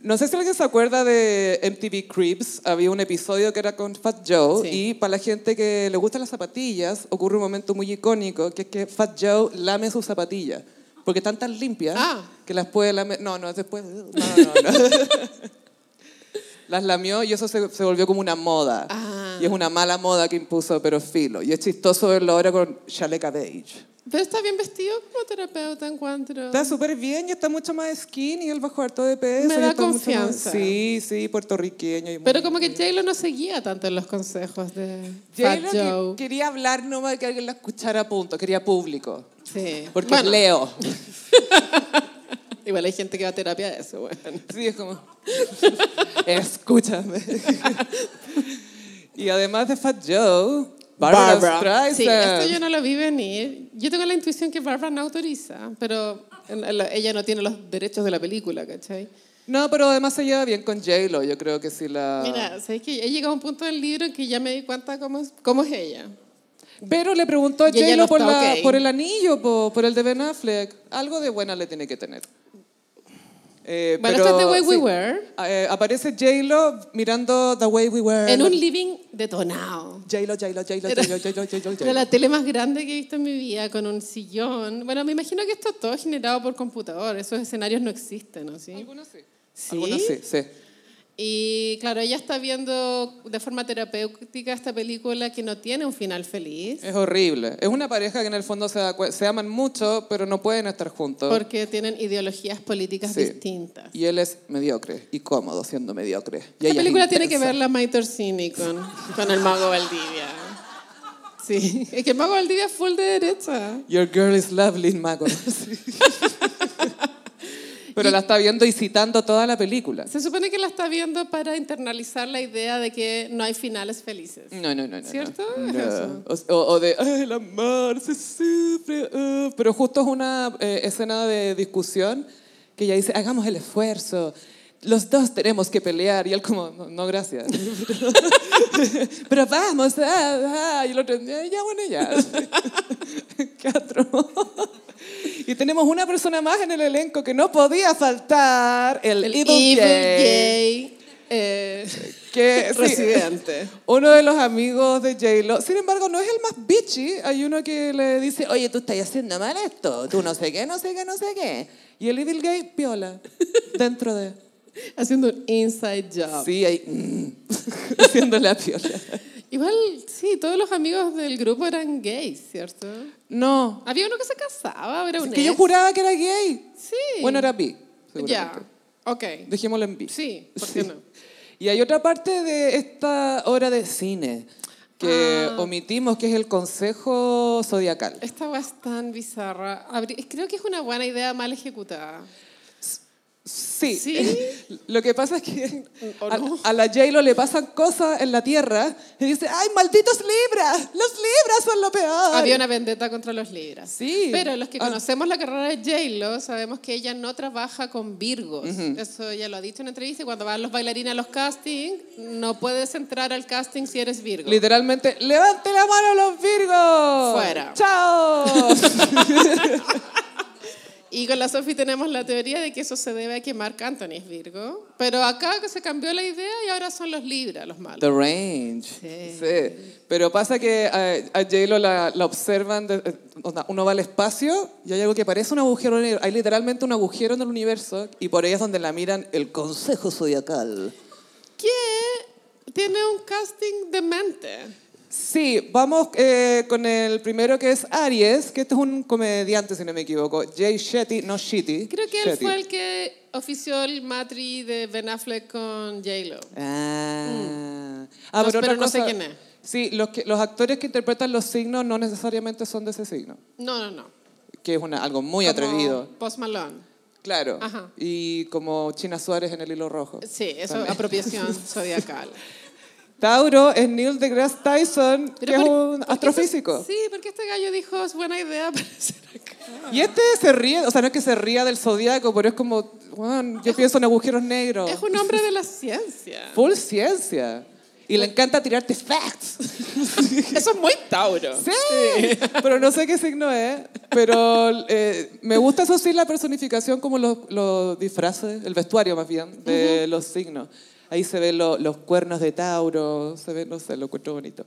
No sé si alguien se acuerda de MTV Cribs, había un episodio que era con Fat Joe Sí. y para la gente que le gustan las zapatillas ocurre un momento muy icónico que es que Fat Joe lame sus zapatillas porque están tan limpias Ah. que las puede lamer. No, no, es después. No, no, [LAUGHS] no. Las lamió y eso se, se volvió como una moda. Ah. Y es una mala moda que impuso, pero filo. Y es chistoso verlo ahora con Shaleca Beige. Pero está bien vestido como terapeuta, encuentro. Está súper bien y está mucho más skinny, él bajó harto de peso. Me y da está mucho más- confianza. Sí, sí, puertorriqueño. y muy- Pero como que J-Lo no seguía tanto en los consejos de Fat J-Lo que- Joe. quería hablar nomás que alguien la escuchara a punto, quería público. Sí. Porque Bueno, es Leo. Igual hay gente que va a terapia de [LAUGHS] eso, bueno. Sí, es como, escúchame. [LAUGHS] y además de Fat Joe, Barbara, Barbra. Streisand. Sí, esto yo no lo vi venir. Yo tengo la intuición que Barbara no autoriza, pero en- en la- ella no tiene los derechos de la película, ¿cachai? No, pero además se lleva bien con J-Lo, yo creo que sí la... Mira, ¿sabes que He llegado a un punto del libro en que ya me di cuenta cómo es, cómo es ella. Pero le preguntó a Y ella J-Lo no por, está la- ok. por el anillo, po, por el de Ben Affleck. Algo de buena le tiene que tener. Eh, Bueno, pero- esto es The Way We sí. Were. Eh, aparece J-Lo mirando The Way We Were. En un living detonado. J-Lo, J-Lo, J-Lo, Era- J-Lo, J-Lo, J-Lo, Era J-Lo. la tele más grande que he visto en mi vida, con un sillón. Bueno, me imagino que esto todo es generado por computador. Esos escenarios no existen, ¿no? ¿Sí? Algunos sí. ¿Sí? Algunos sí, sí. Y claro, ella está viendo de forma terapéutica esta película que no tiene un final feliz. Es horrible. Es una pareja que en el fondo se, da cu- se aman mucho, pero no pueden estar juntos. Porque tienen ideologías políticas Sí. distintas. Y él es mediocre y cómodo siendo mediocre. Y ella Esta es película tiene que intensa. ver la May Torsini con, con el Mago Valdivia. Sí, es que el Mago Valdivia es full de derecha. [LAUGHS] Your girl is lovely, mago. Sí. pero la está viendo y citando toda la película. Se supone que la está viendo para internalizar la idea de que no hay finales felices. No, no, no. no ¿Cierto? no. Es No. O, o de, "Ay, el amor se sufre. ah". Pero justo es una eh, escena de discusión que ella dice, hagamos el esfuerzo. Los dos tenemos que pelear. Y él como, no, no, gracias. [LAUGHS] Pero vamos, ah, ah". y el otro, "Ya, ya, bueno, ya. [LAUGHS] Qué atroz. Y tenemos una persona más en el elenco que no podía faltar, el, El evil, evil gay, gay, eh, que sí, residente. uno de los amigos de J-Lo, sin embargo, no es el más bitchy. Hay uno que le dice, oye, tú estás haciendo mal esto, tú no sé qué, no sé qué, no sé qué. Y el Evil Gay [LAUGHS] piola dentro de. Haciendo un inside job. Sí, ahí. mm, [LAUGHS] haciendo la piola. Igual, sí, todos los amigos del grupo eran gays, ¿cierto? No. Había uno que se casaba, era un Es que yo ex. juraba que era gay. Sí. Bueno, era bi. Ya, seguramente. ok. Dejémoslo en bi. Sí, ¿por qué Sí. no? Y hay otra parte de esta obra de cine que Ah. omitimos, que es el consejo zodiacal. Esta weá es tan bizarra. Habrí- Creo que es una buena idea mal ejecutada. Sí. ¿Sí? [LAUGHS] Lo que pasa es que ¿O a, no? a la J-Lo le pasan cosas en la tierra y dice, ¡ay, malditos libras! ¡Los libras son lo peor! Había una vendetta contra los Libras. Sí. Pero los que Ah. conocemos la carrera de J-Lo sabemos que ella no trabaja con Virgos. Eso ya lo ha dicho en entrevista. y Cuando van los bailarines a los castings, no puedes entrar al casting si eres Virgo. Literalmente, ¡levante la mano los virgos! Fuera. ¡Chao! Y con la Sophie tenemos la teoría de que eso se debe a que Marc Anthony es Virgo. Pero acá que se cambió la idea y ahora son los Libras los malos. [LAUGHS] The range. Sí. Sí. Pero pasa que a, a J-Lo la, la observan, de- eh, onda, uno va al espacio y hay algo que parece un agujero negro. Hay literalmente un agujero en el universo y por ahí es donde la miran el consejo zodiacal. Que tiene un casting demente. Sí, vamos eh, con el primero que es Aries, que este es un comediante, si no me equivoco. Jay Shetty, no Shitty. Creo que él Shetty. fue el que ofició el matri de Ben Affleck con J-Lo. Ah, Ah, Mm. No, pero, pero otra no sé cosa- quién es. Sí, los, que- los actores que interpretan los signos no necesariamente son de ese signo, No, no, no. que es una, algo muy Como atrevido. Post Malone. Claro. Ajá. Y como China Suárez en el hilo rojo. Sí, eso [LAUGHS] apropiación zodiacal. Tauro es Neil deGrasse Tyson, que Pero es por- un ¿por qué astrofísico. este- sí, porque este gallo dijo, es buena idea [LAUGHS] aparecer acá. Y este se ríe, o sea, no es que se ría del zodiaco, pero es como, "Weón, yo pienso en agujeros negros. Es un hombre de la ciencia. Full ciencia. Y le encanta tirarte facts. [LAUGHS] Eso es muy Tauro. [LAUGHS] Sí. Pero no sé qué signo es. Pero eh, me gusta, eso sí, la personificación como los, los disfraces, el vestuario más bien, de los signos. Ahí se ven lo- los cuernos de Tauro, se ve, no sé, lo encuentro bonito.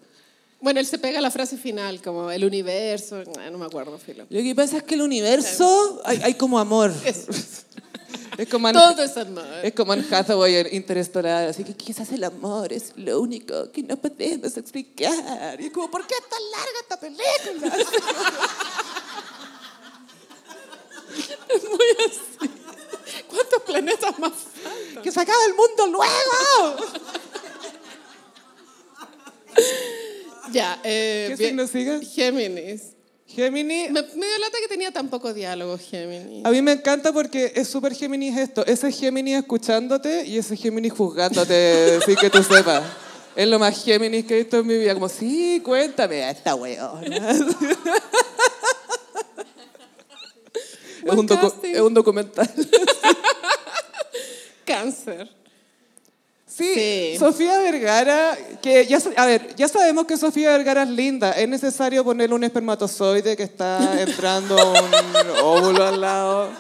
Bueno, él se pega a la frase final, como el universo. eh, No, no me acuerdo, Filo. Lo que pasa es que el universo hay, hay como amor. Es como Anne- Todo es amor. Es como en Hathaway en Interestelar, así que quizás el amor es lo único que no podemos explicar. Y es como, ¿por qué es tan larga esta película? [LAUGHS] Es muy así. ¿Cuántos planetas más? ¡Que se acabe el mundo luego! Ya, eh, [LAUGHS] ¿Qué bien. signo sigue? Géminis. Géminis. Me, me dio lata que tenía tan poco diálogo, Géminis. A mí me encanta porque es súper Géminis esto. Ese Géminis escuchándote y ese Géminis juzgándote, [LAUGHS] sin que tú sepas. Es lo más Géminis que he visto en mi vida. Como, sí, cuéntame a esta weona. es, un docu- casting. es un documental. [LAUGHS] Ah, Cáncer. Sí, Sí. Sofía Vergara, que ya, sa- a ver, ya sabemos que Sofía Vergara es linda. Es necesario ponerle un espermatozoide que [LAUGHS] está entrando un óvulo al lado.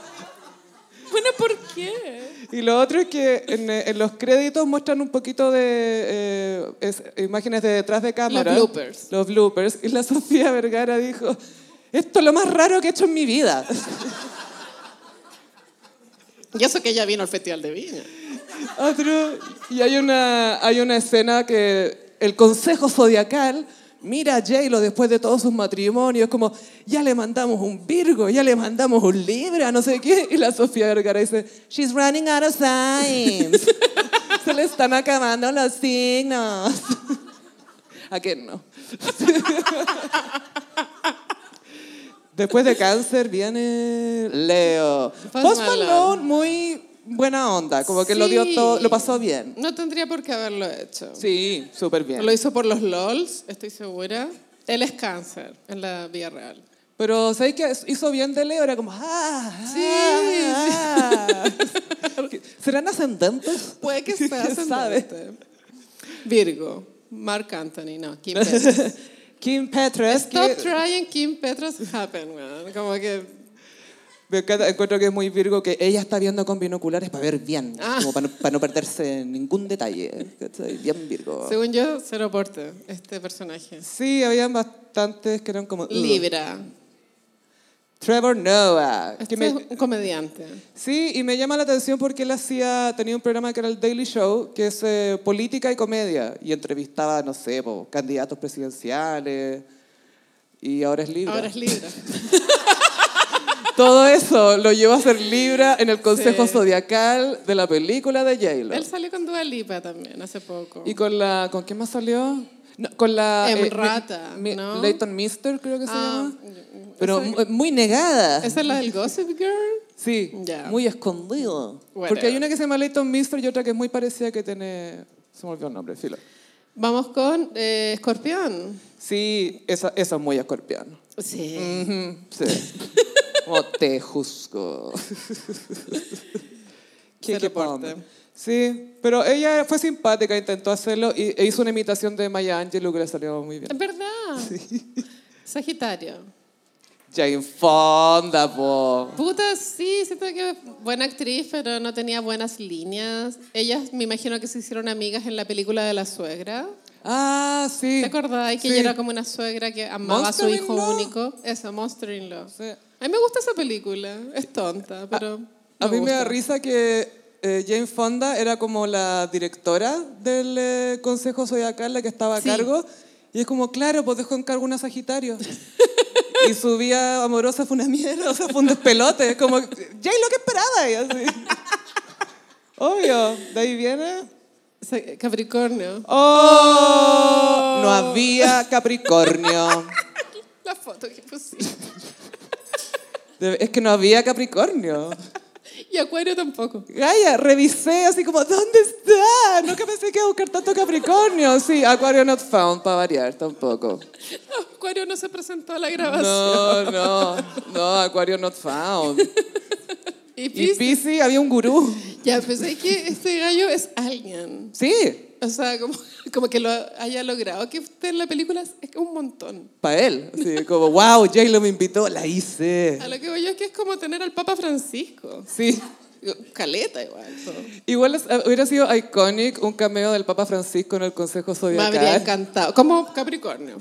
Bueno, ¿por qué? Y lo otro es que en, eh, en los créditos muestran un poquito de eh, es- imágenes de detrás de cámara. bloopers. Los bloopers. Y la [LAUGHS] Sofía Vergara dijo, esto es lo más raro que he hecho en mi vida. Y eso que ella vino al Festival de Viña. Otro, y hay una, hay una escena que el consejo zodiacal mira a J-Lo después de todos sus matrimonios, como ya le mandamos un Virgo, ya le mandamos un Libra, no sé qué. Y la Sofía Vergara dice: She's running out of signs. Se le están acabando los signos. ¿A qué no? [LAUGHS] Después de cáncer viene Leo. Post Post Malone. Malone, muy buena onda, como que lo dio Sí. todo, lo pasó bien. No tendría por qué haberlo hecho. Sí, súper Lo bien. hizo por los LOLs, estoy segura. Él es cáncer en la vida real. Pero ¿sabéis que hizo bien de Leo? Era como, ah, Sí, ah, [LAUGHS] ¿Serán ascendentes? Puede que sea [LAUGHS] ¿Quién sabe? ascendente. Virgo. Mark Anthony, no, [LAUGHS] Kim Petras. Kim Petras, Stop que trying Kim Petras happen, weón. Como que me encanta, encuentro que es muy Virgo, que ella está viendo con binoculares para ver bien, Ah. como para no, para no perderse ningún detalle. ¿cachai? Bien Virgo. según yo, cero aporte este personaje. Sí, habían bastantes que eran como... "Ugh". Libra. Trevor Noah. que Este me- es un comediante. Sí, y me llama la atención porque él hacía, tenía un programa que era el Daily Show, que es eh, política y comedia, y entrevistaba, no sé, po, candidatos presidenciales, y ahora es Libra. Ahora es Libra. [LAUGHS] Todo eso lo llevó a ser Libra en el Consejo Sí. Zodiacal de la película de J-Lo. Él salió con Dua Lipa también hace poco. Y con la, ¿con quién más salió? No, con la... Em, Mi- Rata, Mi- ¿no? Leighton Mister, creo que se Ah, llama. Pero mu- muy negada. ¿Esa es la del Gossip Girl? Sí, Ya. muy escondido. Whatever. Porque hay una que se llama Leighton Mister y otra que es muy parecida que tiene... Se me olvidó el nombre, filo. Vamos con eh, Escorpión. Mm. Sí, esa, esa es muy escorpiano. Sí. Ujú, Sí. [LAUGHS] Como te [LAUGHS] juzgo. Se Kiki reporta. Palmer. Sí, pero ella fue simpática, intentó hacerlo y, e hizo una imitación de Maya Angelou que le salió muy bien. Es verdad. Sagitario. Jane Fonda, po. Puta, sí, siento que buena actriz, pero no tenía buenas líneas. Ellas me imagino que se hicieron amigas en la película de la suegra. Ah, sí. ¿Te acordás que Sí. ella era como una suegra que amaba a su Monster in hijo Law. único? Eso, Monster in Law. Sí. A mí me gusta esa película. Es tonta, pero. A mí me gusta. da risa que eh, Jane Fonda era como la directora del eh, Consejo Zodiacal, la que estaba a Sí. cargo. Y es como, claro, pues dejó en cargo una Sagitario. y su vida amorosa fue una mierda, o sea, fue un despelote. Es como, Jane, lo que esperaba. Y así. Obvio, de ahí viene. Se- Capricornio. ¡Oh! No había Capricornio. La foto que pusiste. De- Es que no había Capricornio. Y Acuario tampoco. Gaia, revisé así como, ¿dónde está? Nunca pensé que iba a buscar tanto Capricornio. Sí, Acuario not found, para variar, tampoco. Acuario no se presentó a la grabación. No, no, no, Acuario not found. Y Y Piscis- Pisi había un gurú. Ya, pensé que este gallo es alguien. Sí, O sea, como, [LAUGHS] como que lo haya logrado que esté en la película es es un montón. para él. Así como, wow, Jay lo me invitó, la hice. A lo que voy yo es que es como tener al Papa Francisco. Sí. Caleta igual. todo. Igual es- eh, hubiera sido iconic un cameo del Papa Francisco en el Consejo Me habría Zodiacal. encantado. Como [LAUGHS] Capricornio.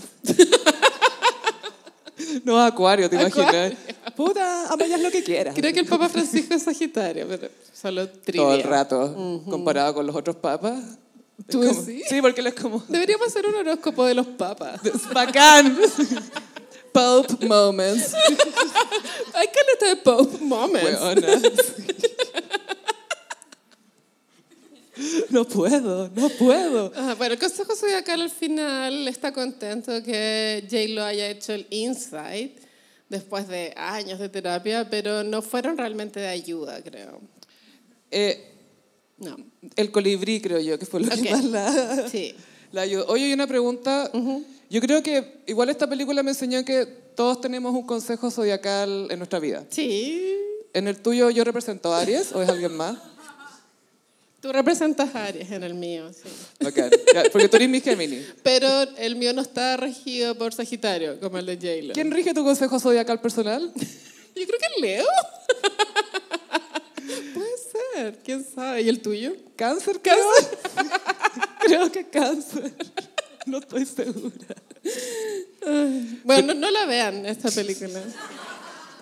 No, Acuario, ¿te imaginas? Acuario. Puta, apoyas Ah, lo que quieras. [LAUGHS] Creo que el Papa Francisco es Sagitario, pero solo trivia. Todo el rato, comparado con los otros papas. ¿Tú Como- decís? Sí, porque él es como, Deberíamos hacer un horóscopo de los papas. "Es bacán. Pope moments. Hay caleta de Pope Moments. Weona. No puedo, no puedo. Ajá, Ah, bueno, el consejo zodiacal al final está contento que Jay lo haya hecho el insight después de años de terapia, pero no fueron realmente de ayuda, creo. Eh, No. el colibrí, creo yo, que fue lo Ok. que más la, Sí. la ayudó. Oye, hay una pregunta. Yo creo que igual esta película me enseñó que todos tenemos un consejo zodiacal en nuestra vida. Sí. ¿En el tuyo yo represento a Aries o es alguien más? Tú representas a Aries en el mío, sí. Bacán. Ya, Porque tú eres mi Gemini. Pero el mío no está regido por Sagitario, como el de J-Lo. ¿Quién rige tu consejo zodiacal [LAUGHS] personal? Yo creo que Leo. [LAUGHS] Puede ser, quién sabe. ¿Y el tuyo? ¿Cáncer, cáncer? Creo que cáncer. [LAUGHS] No estoy segura. Bueno, no, no la vean esta película.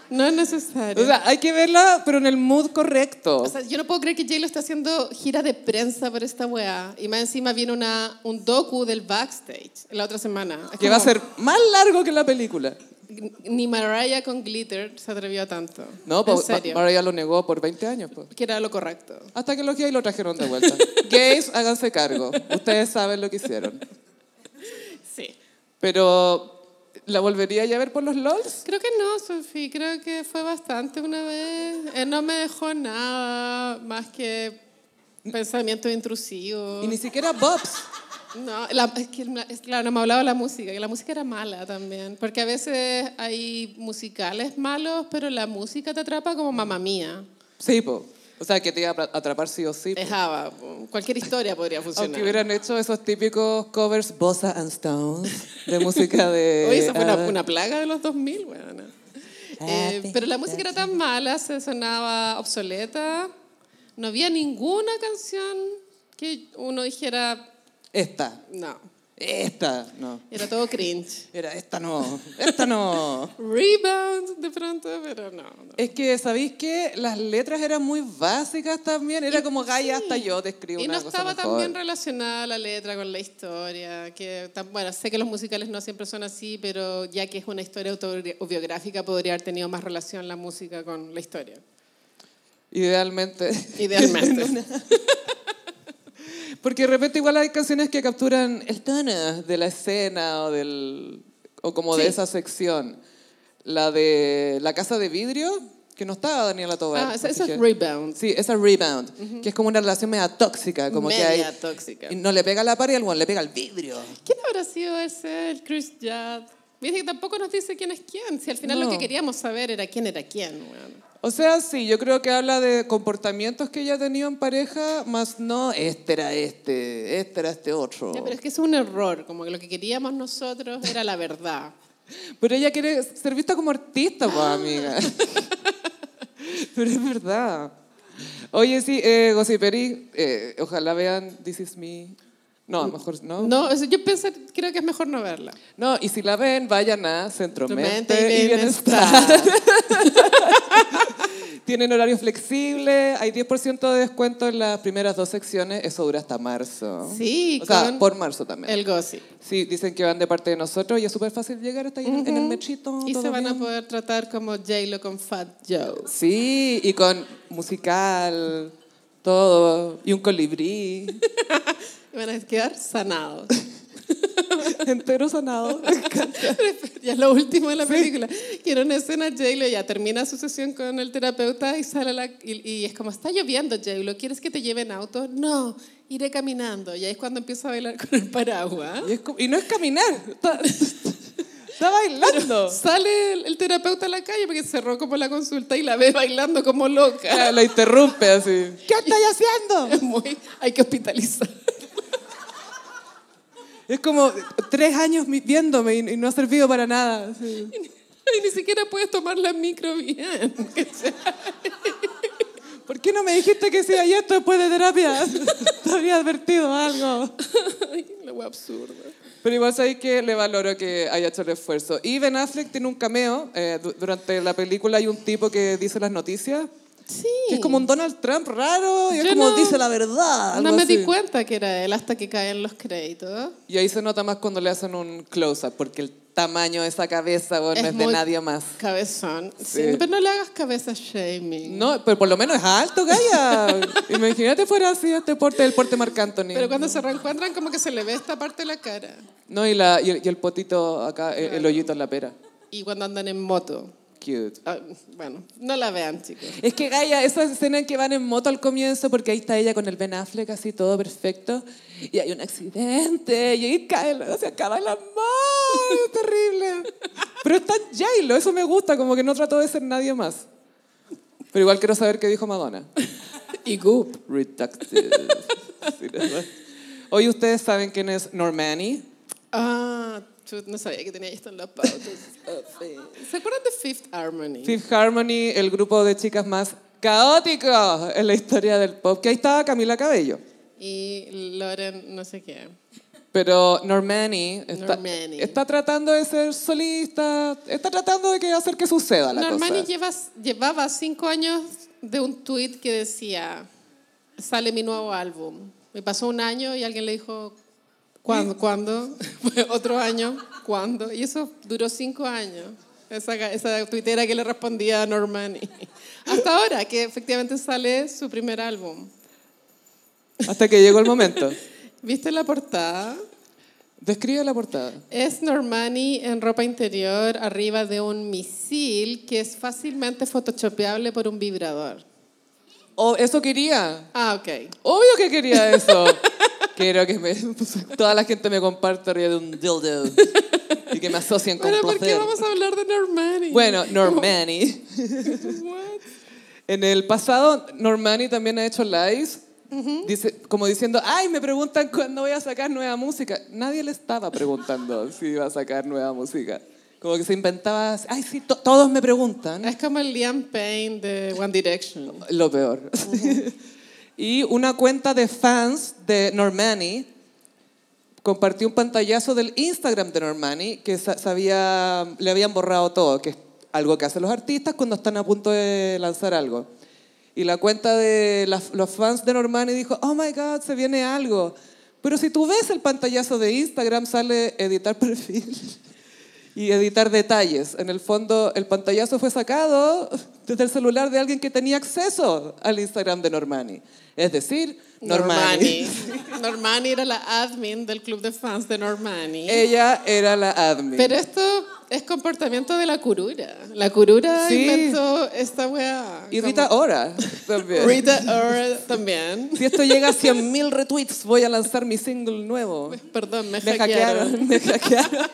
No es necesario. O sea, hay que verla, pero en el mood correcto. O sea, yo no puedo creer que J-Lo está haciendo gira de prensa por esta weá. Y más encima viene una, un docu del backstage la otra semana. Es que va a como, ser más largo que la película. Ni Mariah con Glitter se atrevió a tanto. No, en pues serio. Mariah lo negó por 20 años. po. que era lo correcto. Hasta que los gays lo trajeron de vuelta. [LAUGHS] gays, háganse cargo. Ustedes saben lo que hicieron. Sí. Pero, ¿la volvería ya a ver por los LOLs? Creo que no, Sofi. Creo que fue bastante una vez. Él no me dejó nada más que pensamientos intrusivos. Y ni siquiera Bobs. No, la- es que la- es- claro, no me hablaba de la música, que la música era mala también, porque a veces hay musicales malos, pero la música te atrapa como mamá mía. Sí, po. O sea, que te iba a pra- atrapar sí o sí. po. Es ABBA, cualquier historia podría Aunque funcionar. hubieran hecho esos típicos covers Bossa and Stones de música de... [LAUGHS] Oye, esa fue una, ah, una plaga de los 2000, weona. Eh, Happy pero la música era tan mala, se sonaba obsoleta, no había ninguna canción que uno dijera, Esta, no, esta, no. era todo cringe. Era esta no, esta no. Rebound de pronto, pero no, no. Es que, ¿sabéis que Las letras eran muy básicas también. Era como, Gaia, hasta yo te escribo Y una no cosa estaba tan mejor". bien relacionada la letra con la historia. Que tan- bueno, sé que los musicales no siempre son así, pero ya que es una historia autobiográfica, podría haber tenido más relación la música con [LAUGHS] la historia. Idealmente. [LAUGHS] Idealmente. Porque de repente igual hay canciones que capturan el tono de la escena o del o como de Sí. esa sección. La de La Casa de Vidrio, que no estaba Daniela Tobar. Ah, esa, me esa es fijé. Rebound. Sí, esa Rebound, que es como una relación media tóxica, como que hay... Media tóxica. y No le pega a la pared, al weón le pega al vidrio. ¿Quién habrá sido ese, el Chris Judd? Viste que tampoco nos dice quién es quién. Si al final lo No. que queríamos saber era quién era quién. weón. O sea, sí, yo creo que habla de comportamientos que ella ha tenido en pareja, más no, este era este, este era este otro. Ya, pero es que es un error. Como que lo que queríamos nosotros era la verdad. Pero ella quiere ser vista como artista, Ah. pues, amiga. [LAUGHS] Pero es verdad. Oye, sí, eh, Gossiperi, eh, ojalá vean This Is Me. No, a lo mejor [LAUGHS] no. No, o sea, yo pensé, creo que es mejor no verla. No, y si la ven, vayan a Centromente Mente y Bienestar. [LAUGHS] Tienen horario flexible, hay 10% de descuento en las primeras dos secciones, eso dura hasta marzo. Sí, o sea, con por marzo también. [LAUGHS] El gossip. Sí, dicen que van de parte de nosotros y es súper fácil llegar hasta ahí en- en el mechito. Y se todo van a bien. poder tratar como J-Lo con Fat Joe. Sí, y con musical, todo, y un colibrí, [LAUGHS] Y van a quedar sanados. entero sanado. [LAUGHS] ya es lo último de la película. Que en una escena J-Lo ya termina su sesión con el terapeuta y sale a la, y, y es como, está lloviendo J-Lo, ¿quieres que te lleve en auto? No, iré caminando. Y ahí es cuando empieza a bailar con el paraguas. Y, es como- y no es caminar, está, está bailando. Sale el, el terapeuta a la calle porque cerró como la consulta y la ve bailando [LAUGHS] como loca. La, la interrumpe así. ¿Qué estáis haciendo? Es muy, hay que hospitalizar. [LAUGHS] Es como tres años mi- viéndome y, y no ha servido para nada. así. Y ni siquiera puedes tomar la micro bien. [LAUGHS] ¿Por qué no me dijiste que sí ayer después de terapia? [LAUGHS] Te habría advertido algo. Ay, la wea absurda. Pero igual sabéis que le valoro que haya hecho el esfuerzo. Y Ben Affleck tiene un cameo. eh, du- durante la película hay un tipo que dice las noticias. Sí. Que es como un Donald Trump raro. Y es Yo como no- dice la verdad. no algo me di así. cuenta que era él hasta que caen los créditos. Y ahí se nota más cuando le hacen un close-up. Porque el tamaño de esa cabeza, bueno, no es de muy nadie más. Cabezón. Sí, Sí. Pero no le hagas cabeza shaming. No, pero por lo menos es alto, [LAUGHS] Gaya. Imagínate fuera así este porte, el porte Marc Anthony. Pero cuando se reencuentran, como que se le ve esta parte de la cara. No, y, la, y, el, y el potito acá, el, el hoyito en la pera. Y cuando andan en moto. Cute. Ah, bueno, no la vean, chicos. Es que Gaia, esa escena en que van en moto al comienzo, porque ahí está ella con el Ben Affleck así todo perfecto, y hay un accidente, y ahí cae, la- se acaba el amor, es terrible. Pero está J-Lo, eso me gusta, como que no trató de ser nadie más. Pero igual quiero saber qué dijo Madonna. Y Goop. Reductive. Sí, la verdad. Hoy ustedes saben quién es Normani. Ah, chut, no sabía que tenía esto en [LAUGHS] los pautas. Oh, ¿Se acuerdan de Fifth Harmony? Fifth Harmony, el grupo de chicas más caótico en la historia del pop, que ahí estaba Camila Cabello. Y Loren, no sé qué. Pero Normani está, Normani. está tratando de ser solista, está tratando de que hacer que suceda la Normani cosa. llevas- llevaba cinco años de un tweet que decía, sale mi nuevo álbum. Me pasó un año y alguien le dijo, ¿Eh? ¿cuándo? ¿Cuándo? [LAUGHS] Otro año, ¿cuándo? Y eso duró cinco años. Esa, ga- esa tuitera que le respondía a Normani. [LAUGHS] Hasta ahora, que efectivamente sale su primer álbum. Hasta que llegó el momento. ¿Viste la portada? Describe la portada. Es Normani en ropa interior arriba de un misil que es fácilmente photoshopeable por un vibrador. Oh, eso quería. Ah, ok. Obvio que quería eso. Quiero que me- [LAUGHS] toda la gente me comparta arriba de un dildo y que me asocien con Pero ¿por qué placer. vamos a hablar de Normani? [LAUGHS] Bueno, Normani. What? En el pasado, Normani también ha hecho lives. dice, como diciendo, ay, me preguntan cuándo voy a sacar nueva música. Nadie le estaba preguntando [LAUGHS] si iba a sacar nueva música. Como que se inventaba, ay, sí, to- todos me preguntan. Es como el Liam Payne de One Direction. Lo peor. [LAUGHS] y una cuenta de fans de Normani compartió un pantallazo del Instagram de Normani que sa- sabía, le habían borrado todo, que es algo que hacen los artistas cuando están a punto de lanzar algo. Y la cuenta de las- los fans de Normani dijo, oh my God, se viene algo. Pero si tú ves el pantallazo de Instagram, sale editar [LAUGHS] perfil y editar detalles. En el fondo, el pantallazo fue sacado desde el celular de alguien que tenía acceso al Instagram de Normani. Es decir, Normani. [LAUGHS] Normani. Normani era la admin del club de fans de Normani. Ella era la admin. Pero esto es comportamiento de la curura. La curura Sí. inventó esta weá. y Rita Ora también. Rita Ora también. Si esto llega a 100.000 retweets, voy a lanzar mi single nuevo. Perdón, me, Me hackearon. hackearon, me hackearon.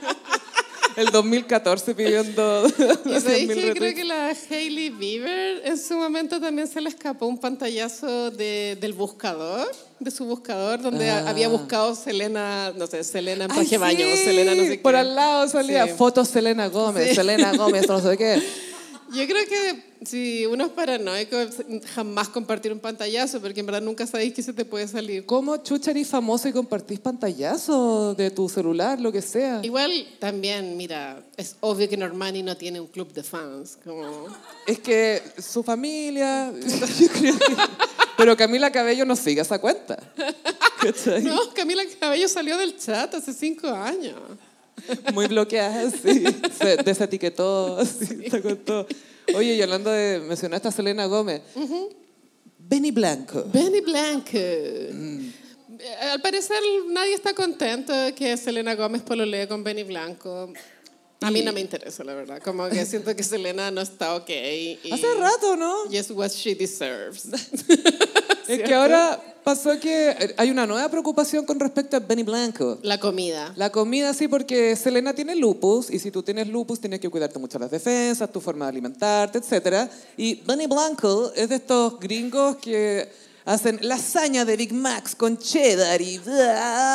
El 2014 pidiendo Y 100.000 sabéis que creo retweets. que la Hailey Bieber en su momento también se le escapó un pantallazo de, del buscador, de su buscador, donde Ah. había buscado Selena, no sé, Selena en Ay, traje de baño, sí, Selena no sé Por qué. al lado salía Sí. fotos Selena Gómez, Sí. Selena Gómez, no sé [LAUGHS] qué. Yo creo que si uno es paranoico, jamás compartir un pantallazo, porque en verdad nunca sabéis que se te puede salir. ¿Cómo chucha eres famoso y compartís pantallazos de tu celular, lo que sea? Igual también, mira, es obvio que Normani no tiene un club de fans. Como... Es que su familia. [LAUGHS] yo creo que- Pero Camila Cabello no sigue esa cuenta. ¿Cachai? No, Camila Cabello salió del chat hace cinco años. Muy bloqueada, sí. Se desetiquetó, sí, está con todo. Oye, y hablando de. Mencionaste a Selena Gómez. Benny Blanco. Benny Blanco. Mm. Eh, Al parecer nadie está contento de que Selena Gómez pololee con Benny Blanco. A mí no me interesa, la verdad. Como [LAUGHS] que siento que Selena no está ok. y- Hace rato, ¿no? Y es what she deserves. Es que ahora pasó que eh, hay una nueva preocupación con respecto a Benny Blanco. La comida. La comida sí, porque Selena tiene lupus y si tú tienes lupus tienes que cuidarte mucho las defensas, tu forma de alimentarte, etc. Y Benny Blanco es de estos gringos que hacen lasaña de Big Macs con cheddar y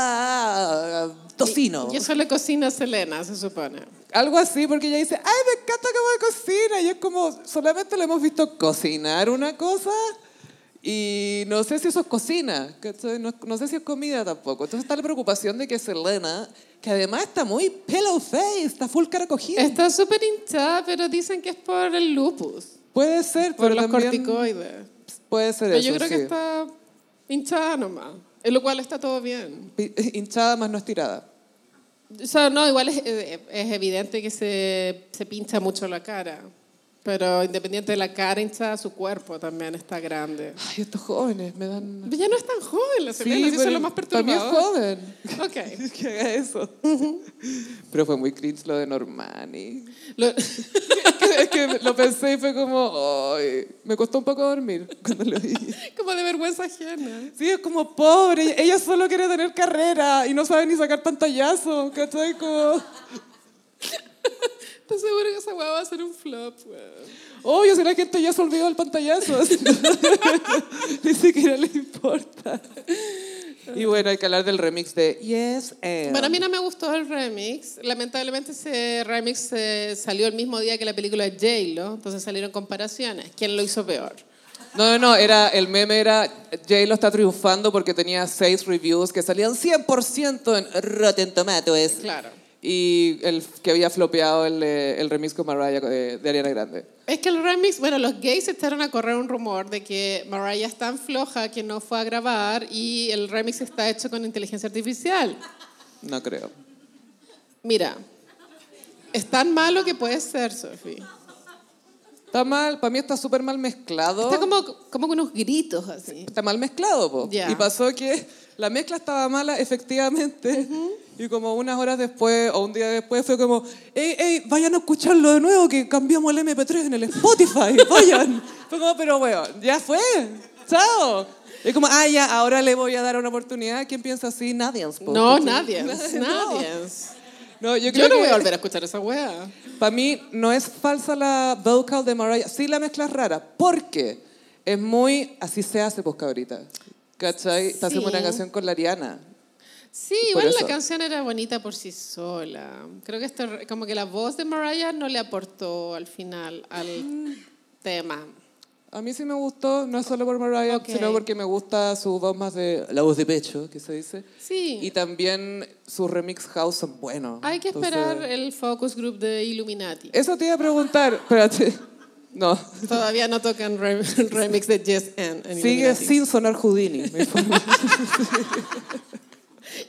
ah, tocino. Y eso le cocina Selena, se supone. Algo así, porque ella dice, ay, me encanta cómo cocina. Y es como, solamente le hemos visto cocinar una cosa y no sé si eso es cocina, ¿cachai? no, no sé si es comida tampoco. Entonces está la preocupación de que Selena, que además está muy pillow face, está full cara cogida. Está súper hinchada, pero dicen que es por el lupus, puede ser, por pero los también corticoides. puede ser Pero eso, yo creo que sí. está hinchada nomás, en lo cual está todo bien. eh, Pi- Hinchada más no estirada. O sea, no, igual es, es- es evidente que se, se pincha mucho la cara. Pero independiente de la cara hinchada, su cuerpo también está grande. Ay, estos jóvenes me dan... Pero ya no es tan joven la Selena, sí, eso es pero lo más para mí es perturbador. joven. [LAUGHS] Ok. que haga eso. Pero fue muy cringe lo de Normani. Lo- [LAUGHS] [LAUGHS] es que lo pensé y fue como, "Ay", me costó un poco dormir [LAUGHS] cuando lo vi. como de vergüenza ajena. Sí, es como pobre, ella solo quiere tener carrera y no sabe ni sacar pantallazo, ¿cachai? Como, Estoy seguro que esa weá va a ser un flop, weón. obvio, si la gente ya se olvidó del pantallazo. [LAUGHS] así. ni siquiera le importa. Y bueno, hay que hablar del remix de Yes, and. Bueno, a mí no me gustó el remix. Lamentablemente ese remix eh, salió el mismo día que la película de J-Lo, entonces salieron comparaciones. ¿Quién lo hizo peor? No, no, no, era, el meme era J lo está triunfando porque tenía seis reviews que salían 100% en Rotten Tomatoes. Claro. Y el que había flopeado el, eh, el remix con Mariah de, de Ariana Grande. Es que el remix, bueno, los gays echaron a correr un rumor de que Mariah es tan floja que no fue a grabar y el remix está hecho con inteligencia artificial. No creo. Mira, es tan malo que puede ser, Sophie. Está mal, para mí está súper mal mezclado. Está como, como con unos gritos así. Está mal mezclado, po. Ya. Y pasó que la mezcla estaba mala, efectivamente. Y como unas horas después o un día después fue como, ¡Ey, ey, vayan a escucharlo de nuevo que cambiamos el MP3 en el Spotify! [LAUGHS] ¡Vayan! fue como, pero bueno, ya fue. ¡Chao! Es como, ah, ya, ahora le voy a dar una oportunidad. ¿Quién piensa así? Nadie. po. [LAUGHS] No, ¿Cachai? [LAUGHS] nadie, No. nadie. No, yo, creo Yo no que voy a volver a escuchar esa wea. Para mí no es falsa la vocal de Mariah, sí la mezcla es rara, porque es muy, así se hace pues cabrita, ¿cachai? Te hacemos Sí. una canción con la Ariana. Sí, Por igual eso. la canción era bonita por sí sola. Creo que esto, como que la voz de Mariah no le aportó al final al tema. A mí sí me gustó, no solo por Mariah, Ok. sino porque me gusta su voz más de, la voz de pecho, que se dice. Sí. Y también sus remix house son buenos. Hay que Entonces, eh, esperar el focus group de Illuminati. Eso te iba a preguntar, espérate, no. Todavía no tocan rem- el remix de Jess Ann. en Sigue Illuminati. sin sonar Houdini. me informa.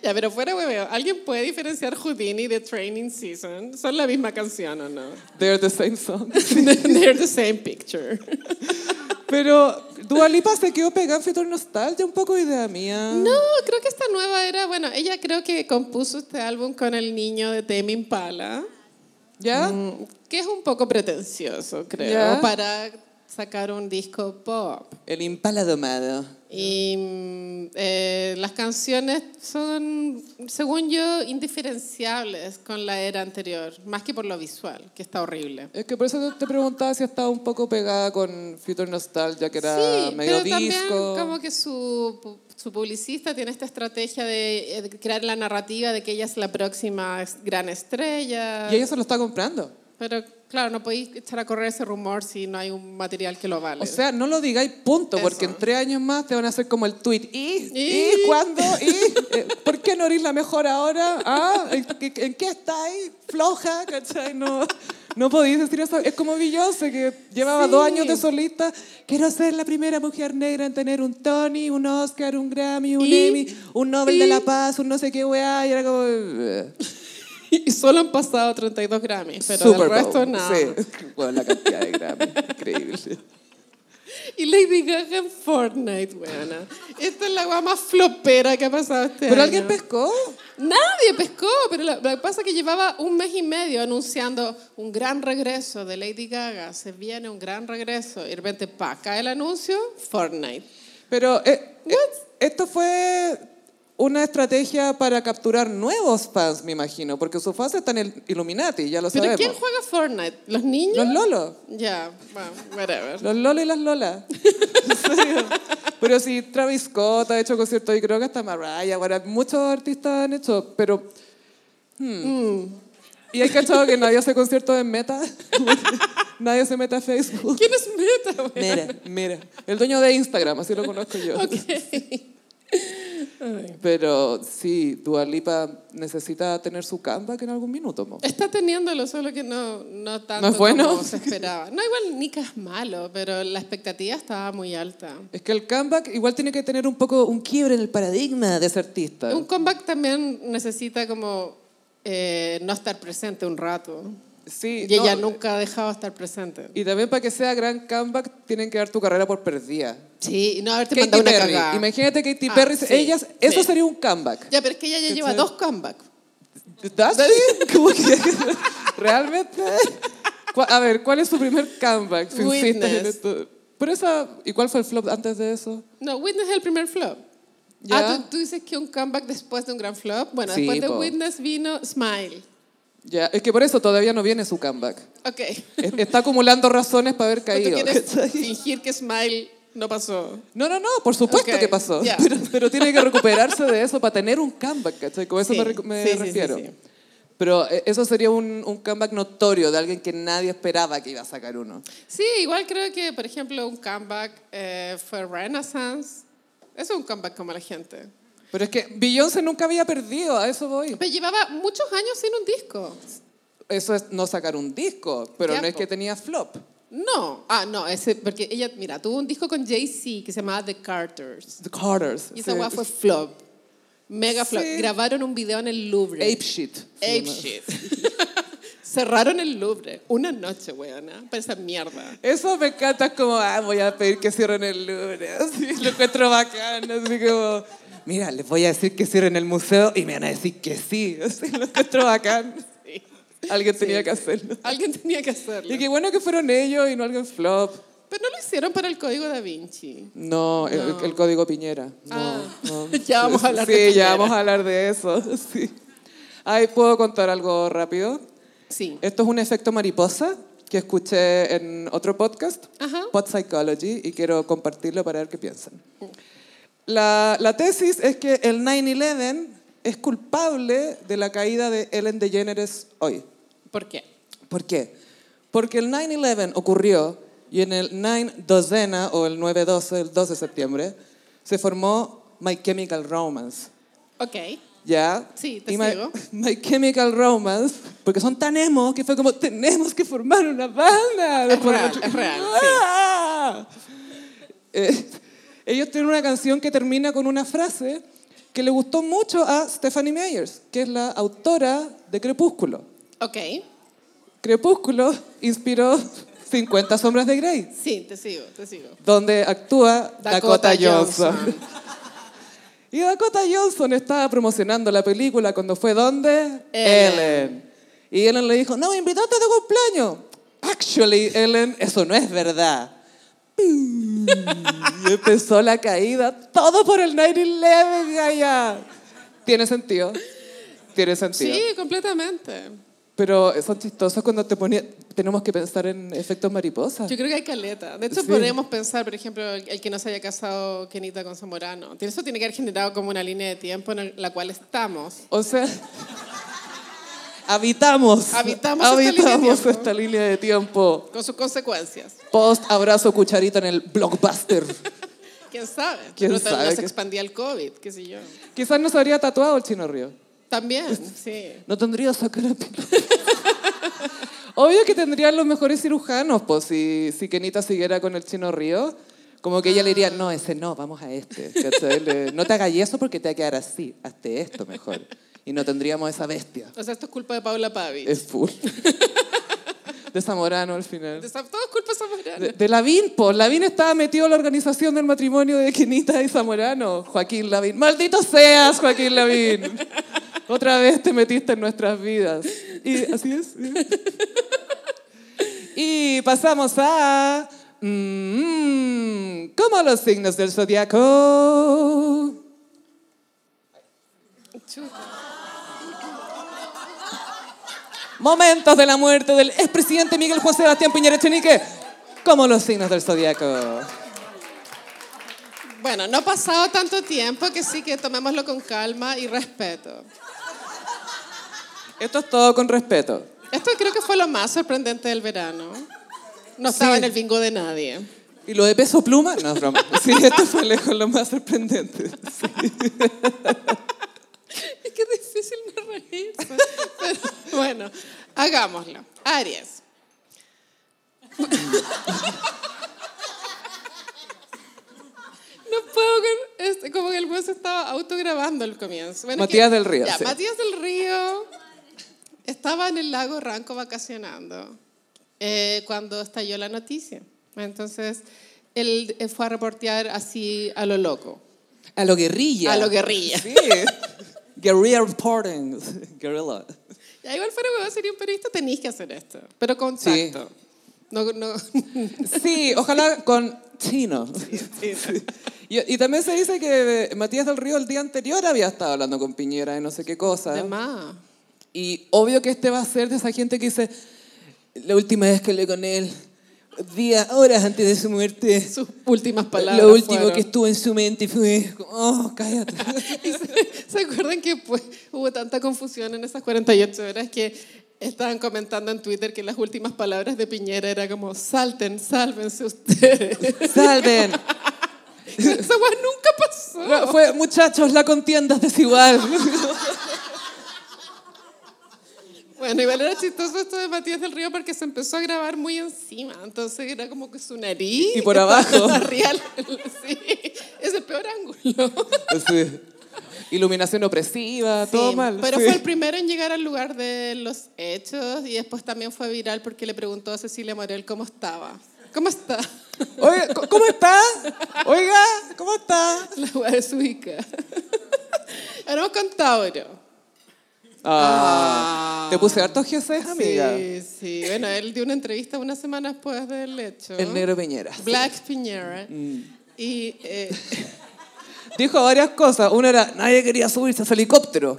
Ya, pero fuera hueveo. ¿Alguien puede diferenciar Houdini de Training Season? ¿Son la misma canción [LAUGHS] o no? They're the same song. They're the same picture. Pero Dua Lipa se quedó pegada en Fitor Nostalgia, un poco idea mía. No, creo que esta nueva era, bueno, ella creo que compuso este álbum con el niño de Tame Impala, ¿Ya? mm, que es un poco pretencioso, creo, Ya. para sacar un disco pop. El impala domado. Y mm, eh, las canciones son, según yo, indiferenciables con la era anterior, más que por lo visual, que está horrible. Es que por eso te preguntaba si estaba un poco pegada con Future Nostalgia, que era sí, medio pero también disco. como que su, pu- su publicista tiene esta estrategia de eh, de crear la narrativa de que ella es la próxima es- gran estrella. Y ella se lo está comprando. Pero claro, no podéis echar a correr ese rumor si no hay un material que lo vale. O sea, no lo digáis punto, Eso. porque en tres años más te van a hacer como el tweet. ¿Y? ¿Y? ¿Y? ¿Cuándo? ¿Y? Eh, ¿Por qué no eres la mejor ahora? ¿Ah? ¿En, qué- en qué estáis? Floja, ¿cachai? No, no podéis decir eso. Es como Beyoncé, que llevaba Sí. dos años de solista. Quiero ser la primera mujer negra en tener un Tony, un Oscar, un Grammy, un ¿Y? Emmy, un Nobel de ¿Y? la Paz, un no sé qué weá. Y era como... eh, [LAUGHS] y solo han pasado 32 Grammys, pero Super del Bowl. resto nada. Sí, [LAUGHS] bueno, la cantidad de Grammy. Increíble. Y Lady Gaga en Fortnite, weona. Esta es la weá más flopera que ha pasado este año. ¿Pero alguien pescó? Nadie pescó, pero lo lo que pasa es que llevaba un mes y medio anunciando un gran regreso de Lady Gaga. Se viene un gran regreso. Y de repente, pa, cae el anuncio, Fortnite. Pero eh, eh, esto fue una estrategia para capturar nuevos fans, me imagino, porque sus fans están en Illuminati, ya lo ¿Pero sabemos. quién juega Fortnite? ¿Los niños? Los lolos. Ya, bueno, whatever. Los lolos y las [LAUGHS] lolas. En serio. pero sí, Travis Scott ha hecho conciertos y creo que hasta Mariah, ahora muchos artistas han hecho, pero... hmm. Mm. ¿Y hay cachado que nadie hace conciertos en Meta? [LAUGHS] nadie se mete a Facebook. ¿Quién es Meta, weona? Mira, mira. El dueño de Instagram, así lo conozco yo. [LAUGHS] Pero sí, Dualipa necesita tener su comeback en algún minuto. ¿no? Está teniéndolo, solo que no, no tanto ¿No es bueno? como se [LAUGHS] esperaba. No, igual Nika es malo, pero la expectativa estaba muy alta. Es que el comeback igual tiene que tener un poco un quiebre en el paradigma de ese artista. Un comeback también necesita como eh, no estar presente un rato. Sí, Y ella no, nunca ha dejado de estar presente. Y también para que sea gran comeback, tienen que dar tu carrera por perdida. Sí, y no haberte Katy mandado una Perry. cagada. Imagínate Katy Ah, Perry. sí, ellas, Eso sí. sería un comeback. Ya, pero es que ella ya lleva ¿Cachai? dos comebacks. ¿Estás bien? [LAUGHS] ¿Cómo que- ¿Realmente? Cu- A ver, ¿cuál es tu primer comeback? Si insistes en Witness. esto. Pero esa, ¿Y cuál fue el flop antes de eso? No, Witness es el primer flop. Ya. Ah, ¿tú, tú dices que un comeback después de un gran flop. Bueno, Sí, después de po. Witness vino Smile. Ya, es que por eso todavía no viene su comeback. Ok. Es- Está acumulando razones para haber Pero ¿Tú caído. quieres fingir que Smile no pasó? No, no, no, por supuesto Ok, que pasó. ya. Pero, pero tiene que recuperarse de eso para tener un comeback, ¿cachai? Con eso Sí, me, re- me sí, sí, sí, refiero. sí. Pero eh, eso sería un, un comeback notorio de alguien que nadie esperaba que iba a sacar uno. Sí, igual creo que, por ejemplo, un comeback eh, fue Renaissance. Eso es un comeback como la gente. Pero es que Beyoncé nunca había perdido, a eso voy. Pero llevaba muchos años sin un disco. Eso es no sacar un disco, pero no es Tiempo. que tenía flop. No, ah, no, ese, porque ella, mira, tuvo un disco con Jay-Z que se llamaba The Carters. The Carters. Y esa sí. weá fue flop. Mega flop. Sí. Grabaron un video en el Louvre. Ape Shit. se Ape llama. shit. [LAUGHS] Cerraron el Louvre. Una noche, weona, para esa mierda. Eso me encanta, es como, ah, voy a pedir que cierren el Louvre, [LAUGHS] así, lo encuentro bacán, así como, mira, les voy a decir que cierren el museo y me van a decir que sí, [LAUGHS] así, lo encuentro bacán. Sí. Alguien tenía que hacerlo. Alguien tenía que hacerlo. Y qué bueno que fueron ellos y no alguien flop. Pero no lo hicieron para el código da Vinci. No, el- El, código Piñera. No, Ah. no. [LAUGHS] Ya vamos a hablar sí, de Sí, ya Piñera. vamos a hablar de eso, [LAUGHS] sí. Ay, ¿puedo contar algo rápido? Sí. Esto es un efecto mariposa que escuché en otro podcast, Ajá. Pod Psychology, y quiero compartirlo para ver qué piensan. La, la tesis es que el 9-11 es culpable de la caída de Ellen DeGeneres hoy. ¿Por qué? ¿Por qué? Porque el 9-11 ocurrió y en el 9-12 o el 9-12, el 12 de septiembre, se formó My Chemical Romance. Ok. ¿Ya? Sí, te Y My, sigo. [LAUGHS] My Chemical Romance, porque son tan emo que fue como, tenemos que formar una banda. Es real, es real, sí. ¡Ah! Eh, ellos tienen una canción que termina con una frase que le gustó mucho a Stephanie Meyers, que es la autora de Crepúsculo. Ok. Crepúsculo inspiró 50 sombras de Grey, Sí, te sigo, te sigo. donde actúa Dakota, Dakota Johnson. [LAUGHS] Johnson. Y Dakota Johnson estaba promocionando la película cuando fue donde Ellen. Y Ellen le dijo, no, invitante de cumpleaños. Actually, Ellen, eso no es verdad. [LAUGHS] Y empezó la caída, todo por el 9-11, Gaia. Tiene sentido, tiene sentido. Sí, completamente. Pero son chistosos cuando te ponía, tenemos que pensar en efectos mariposa. Yo creo que hay caleta. De hecho, Sí. podríamos pensar, por ejemplo, el, el que no se haya casado Kenita con Zamorano. Eso tiene que haber generado como una línea de tiempo en el- la cual estamos. O sea, habitamos, Habitamos esta línea de habitamos tiempo. esta línea de tiempo. Con sus consecuencias. Post abrazo cucharita en el blockbuster. ¿Quién sabe? ¿Quién Pero también sabe se qué- expandía el COVID, qué sé yo. [LAUGHS] Quizás no se habría tatuado el chino río. También, sí. No tendría esa cara. [LAUGHS] Obvio que tendrían los mejores cirujanos, pues si, si Kenita siguiera con el chino río. Como que ella le diría, no, ese no, vamos a este. ¿cachai? Le- No te hagas eso porque te va a quedar así. Hazte esto mejor. Y no tendríamos esa bestia. O sea, esto es culpa de Paula Pavi. Es full. [LAUGHS] De Zamorano al final. De Sa- Todo es culpa de Zamorano. De, de Lavín, po. Lavín estaba metido en la organización del matrimonio de Kenita y Zamorano. Joaquín Lavín. Maldito seas, Joaquín Lavín. Otra vez te metiste en nuestras vidas. Y así es. Y pasamos a... mm, ¿Cómo los signos del zodiaco? Chuta. Momentos de la muerte del expresidente Miguel Juan Sebastián Piñera Echenique. ¿Cómo los signos del zodiaco? Bueno, no ha pasado tanto tiempo que sí que tomémoslo con calma y respeto. Esto es todo con respeto. Esto creo que fue lo más sorprendente del verano. No Sí. estaba en el bingo de nadie. ¿Y lo de peso pluma? No, es broma. Sí, esto fue lejos lo más sorprendente. [LAUGHS] Es que es difícil no reírse. Pero, [LAUGHS] bueno, hagámoslo. Aries. No puedo con este, como que el buen se estaba autograbando al comienzo. Bueno, es que- Matías del Río, Ya, sí. Matías del Río. estaba en el lago Ranco vacacionando eh, cuando estalló la noticia. Entonces, él eh, fue a reportear así a lo loco. A lo guerrilla. A lo guerrilla. Sí. Guerrilla reporting. Guerrilla. Ya igual fuera huevón, sería un periodista, tenéis que hacer esto. Pero con tacto. No, no. [LAUGHS] Sí, ojalá con chino. Y, y también se dice que Matías del Río el día anterior había estado hablando con Piñera de no sé qué cosa. De más. Y obvio que este va a ser de esa gente que dice, la última vez que hablé con él, días, horas antes de su muerte, Sus últimas palabras. lo último fueron- que estuvo en su mente fue, como, oh, cállate. Y se, [LAUGHS] ¿se acuerdan que pues, hubo tanta confusión en esas 48 horas que estaban comentando en Twitter que las últimas palabras de Piñera era como salten, sálvense ustedes. [LAUGHS] Salven. Esa weá nunca pasó. No, fue, muchachos, la contienda es desigual. Bueno, igual era chistoso esto de Matías del Río porque se empezó a grabar muy encima, entonces era como que su nariz Y por abajo. [LAUGHS] arriba, sí, es el peor ángulo. [LAUGHS] Sí. Iluminación opresiva, todo Sí, mal. Pero sí. fue el primero en llegar al lugar de los hechos y después también fue viral porque le preguntó a Cecilia Morel cómo estaba. ¿Cómo está? [LAUGHS] Oiga, ¿co- ¿cómo está? Oiga, ¿cómo está? La weá de su hija. [LAUGHS] Ahora vamos con Tauro. Ah, Te puse hartos GCs, Ah, amiga. Sí, sí. Bueno, él dio una entrevista una semana después del hecho. El Mm. negro Piñera. sí. Black Piñera. Y eh, [LAUGHS] Dijo varias cosas. Una era, nadie quería subirse a ese helicóptero.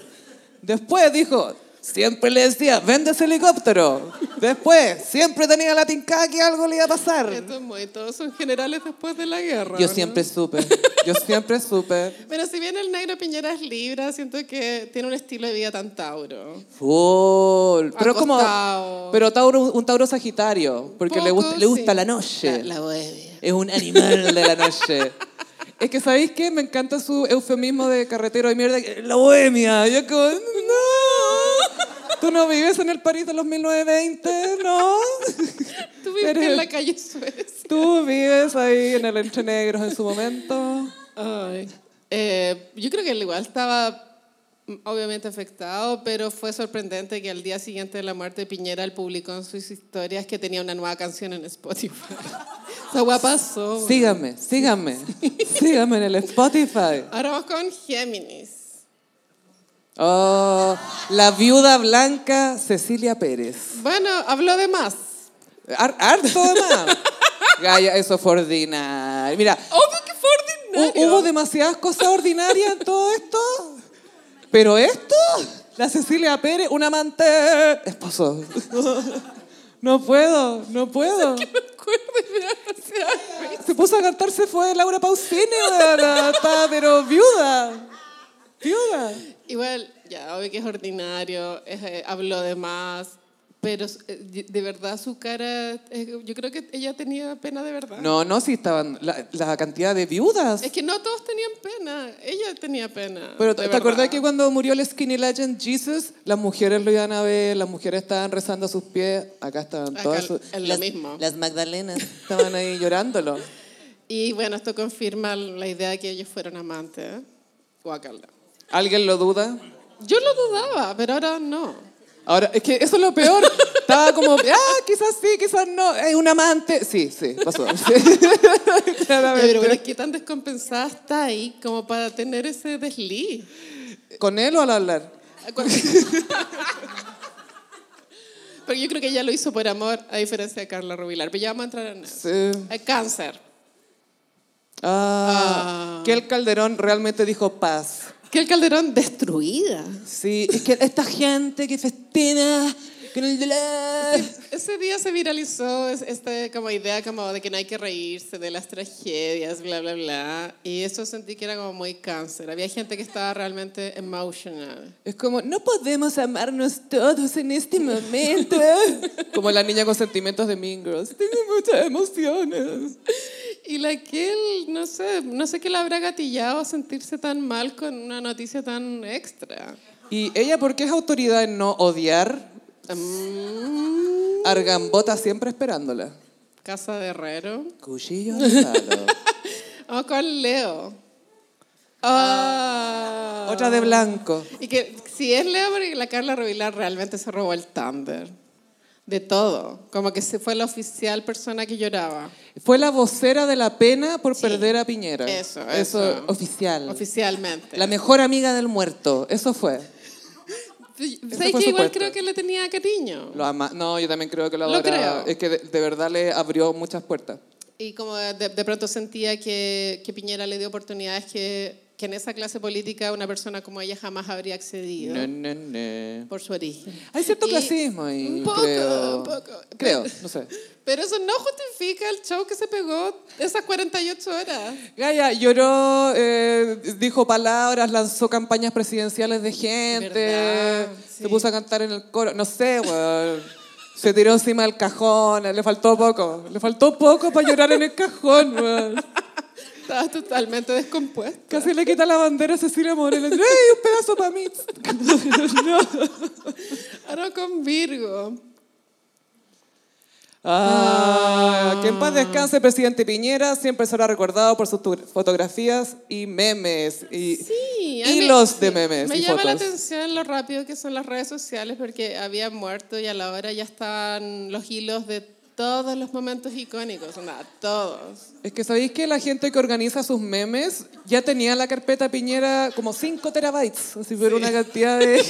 Después dijo, siempre le decía, vende ese helicóptero. Después, siempre tenía la tincada que algo le iba a pasar. esto es muy- todos son generales después de la guerra. Yo ¿no? siempre supe, yo siempre supe. Pero si bien el negro Piñera es libra, siento que tiene un estilo de vida tan Tauro. Full. Pero es como. Acostado. Pero Tauro, un Tauro Sagitario, porque le, Poco, gusta, le gusta sí. la noche. La, la bohemia. Es un animal de la noche. [LAUGHS] es que, ¿sabéis qué? Me encanta su eufemismo de carretero de mierda. que, La bohemia. Yo como, no. Tú no vives en el París de los 1920, no. Tú vives Pero- en la calle Suez. Tú vives ahí en el Entre Negros en su momento. Ay. Eh, yo creo que él igual estaba mm, obviamente afectado, pero fue sorprendente que al día siguiente de la muerte de Piñera él publicó en sus historias que tenía una nueva canción en Spotify. [LAUGHS] Esa guapa pasó. Síganme, síganme. Síganme en el Spotify. Ahora vamos con Géminis. Oh, la viuda blanca Cecilia Pérez. Bueno, habló de más. Har- harto de más. Gaya, eso fue ordinario. Mira, Obvio que Oh, fue hu- ordinario. hubo demasiadas cosas ordinarias en todo esto. Pero esto, la Cecilia Pérez, un amante esposo. No puedo, no puedo. [LAUGHS] Me acuerdo, mira, o sea, Se puso a cantar, se fue Laura Pausini, weona. Está, pero viuda. Viuda. Igual, ya, obvio que es ordinario, es, eh, habló de más, pero eh, de verdad su cara, eh, yo creo que ella tenía pena de verdad. No, no, sí estaban la, la cantidad de viudas. Es que no todos tenían pena, ella tenía pena. Pero de ¿te verdad. acordás que cuando murió el Skinny Legend Jesus, las mujeres lo iban a ver, las mujeres estaban rezando a sus pies, acá estaban Acá todas sus- es lo las, mismo. Las Magdalenas estaban ahí llorándolo. Y bueno, esto confirma la idea de que ellos fueron amantes. ¿eh? Guácala. ¿Alguien lo duda? Yo lo dudaba, pero ahora no. Ahora, es que eso es lo [LAUGHS] peor. Estaba como, ah, quizás sí, quizás no. Es un amante. Sí, sí, [LAUGHS] pasó. Sí. [LAUGHS] Claramente. Pero bueno, es que tan descompensada está ahí como para tener ese desliz. ¿Con él o al hablar? Pero yo creo que ella lo hizo por amor, a diferencia de Carla Rubilar. Pero ya vamos a entrar en eso. Sí. El cáncer. Ah, Ah. Que el Calderón realmente dijo paz. Que el Calderón destruida. Sí, es que esta gente que festina con el dolor. Ese día se viralizó es- esta como idea como de que no hay que reírse de las tragedias, bla, bla, bla. Y eso sentí que era como muy cáncer. Había gente que estaba realmente emotional. Es como, no podemos amarnos todos en este momento. [LAUGHS] como la niña con sentimientos de Mean Girls. Tengo muchas emociones. Y la que él, no sé, no sé qué le habrá gatillado a sentirse tan mal con una noticia tan extra. ¿Y ella por qué es autoridad en no odiar? Mm, Argambota siempre esperándola. casa de Herrero. [LAUGHS] Cuchillo Oh, de palo. Vamos con Leo. Ah. otra de blanco. Y que si es Leo, porque la Carla Rubilar realmente se robó el Thunder. De todo. Como que se fue la oficial persona que lloraba. Fue la vocera de la pena por perder a Piñera. Eso, eso. oficial. Oficialmente. La mejor amiga del muerto, eso fue. ¿Sabes fue que su igual puesto. creo que le tenía cariño? Lo ama- No, yo también creo que lo Lo adoraba. creo. Es que de, de verdad le abrió muchas puertas. Y como de, de pronto sentía que, que Piñera le dio oportunidades que, que en esa clase política una persona como ella jamás habría accedido No, no, no. por su origen. Hay cierto Y- clasismo ahí. Un poco, creo. un poco. Creo, no sé. Pero eso no justifica el show que se pegó esas 48 horas. Gaia lloró, eh, dijo palabras, lanzó campañas presidenciales de gente, Verdad, sí. se puso a cantar en el coro, no sé, weón. Se tiró encima del cajón, le faltó poco, le faltó poco para llorar en el cajón, weón. Estaba totalmente descompuesta. Casi le quita la bandera a Cecilia Morel, ¡Ey, un pedazo para mí! Ahora con Virgo. Ah, que en paz descanse, presidente Piñera, siempre será recordado por sus tu- fotografías y memes. Y, Sí, a mí- hilos de sí, memes Me y llama la fotos. atención lo rápido que son las redes sociales porque había muerto y a la hora ya estaban los hilos de todos los momentos icónicos, nada, todos. [LAUGHS] Es que sabéis que la gente que organiza sus memes ya tenía la carpeta Piñera como 5 terabytes, así pero una cantidad [LAUGHS] de...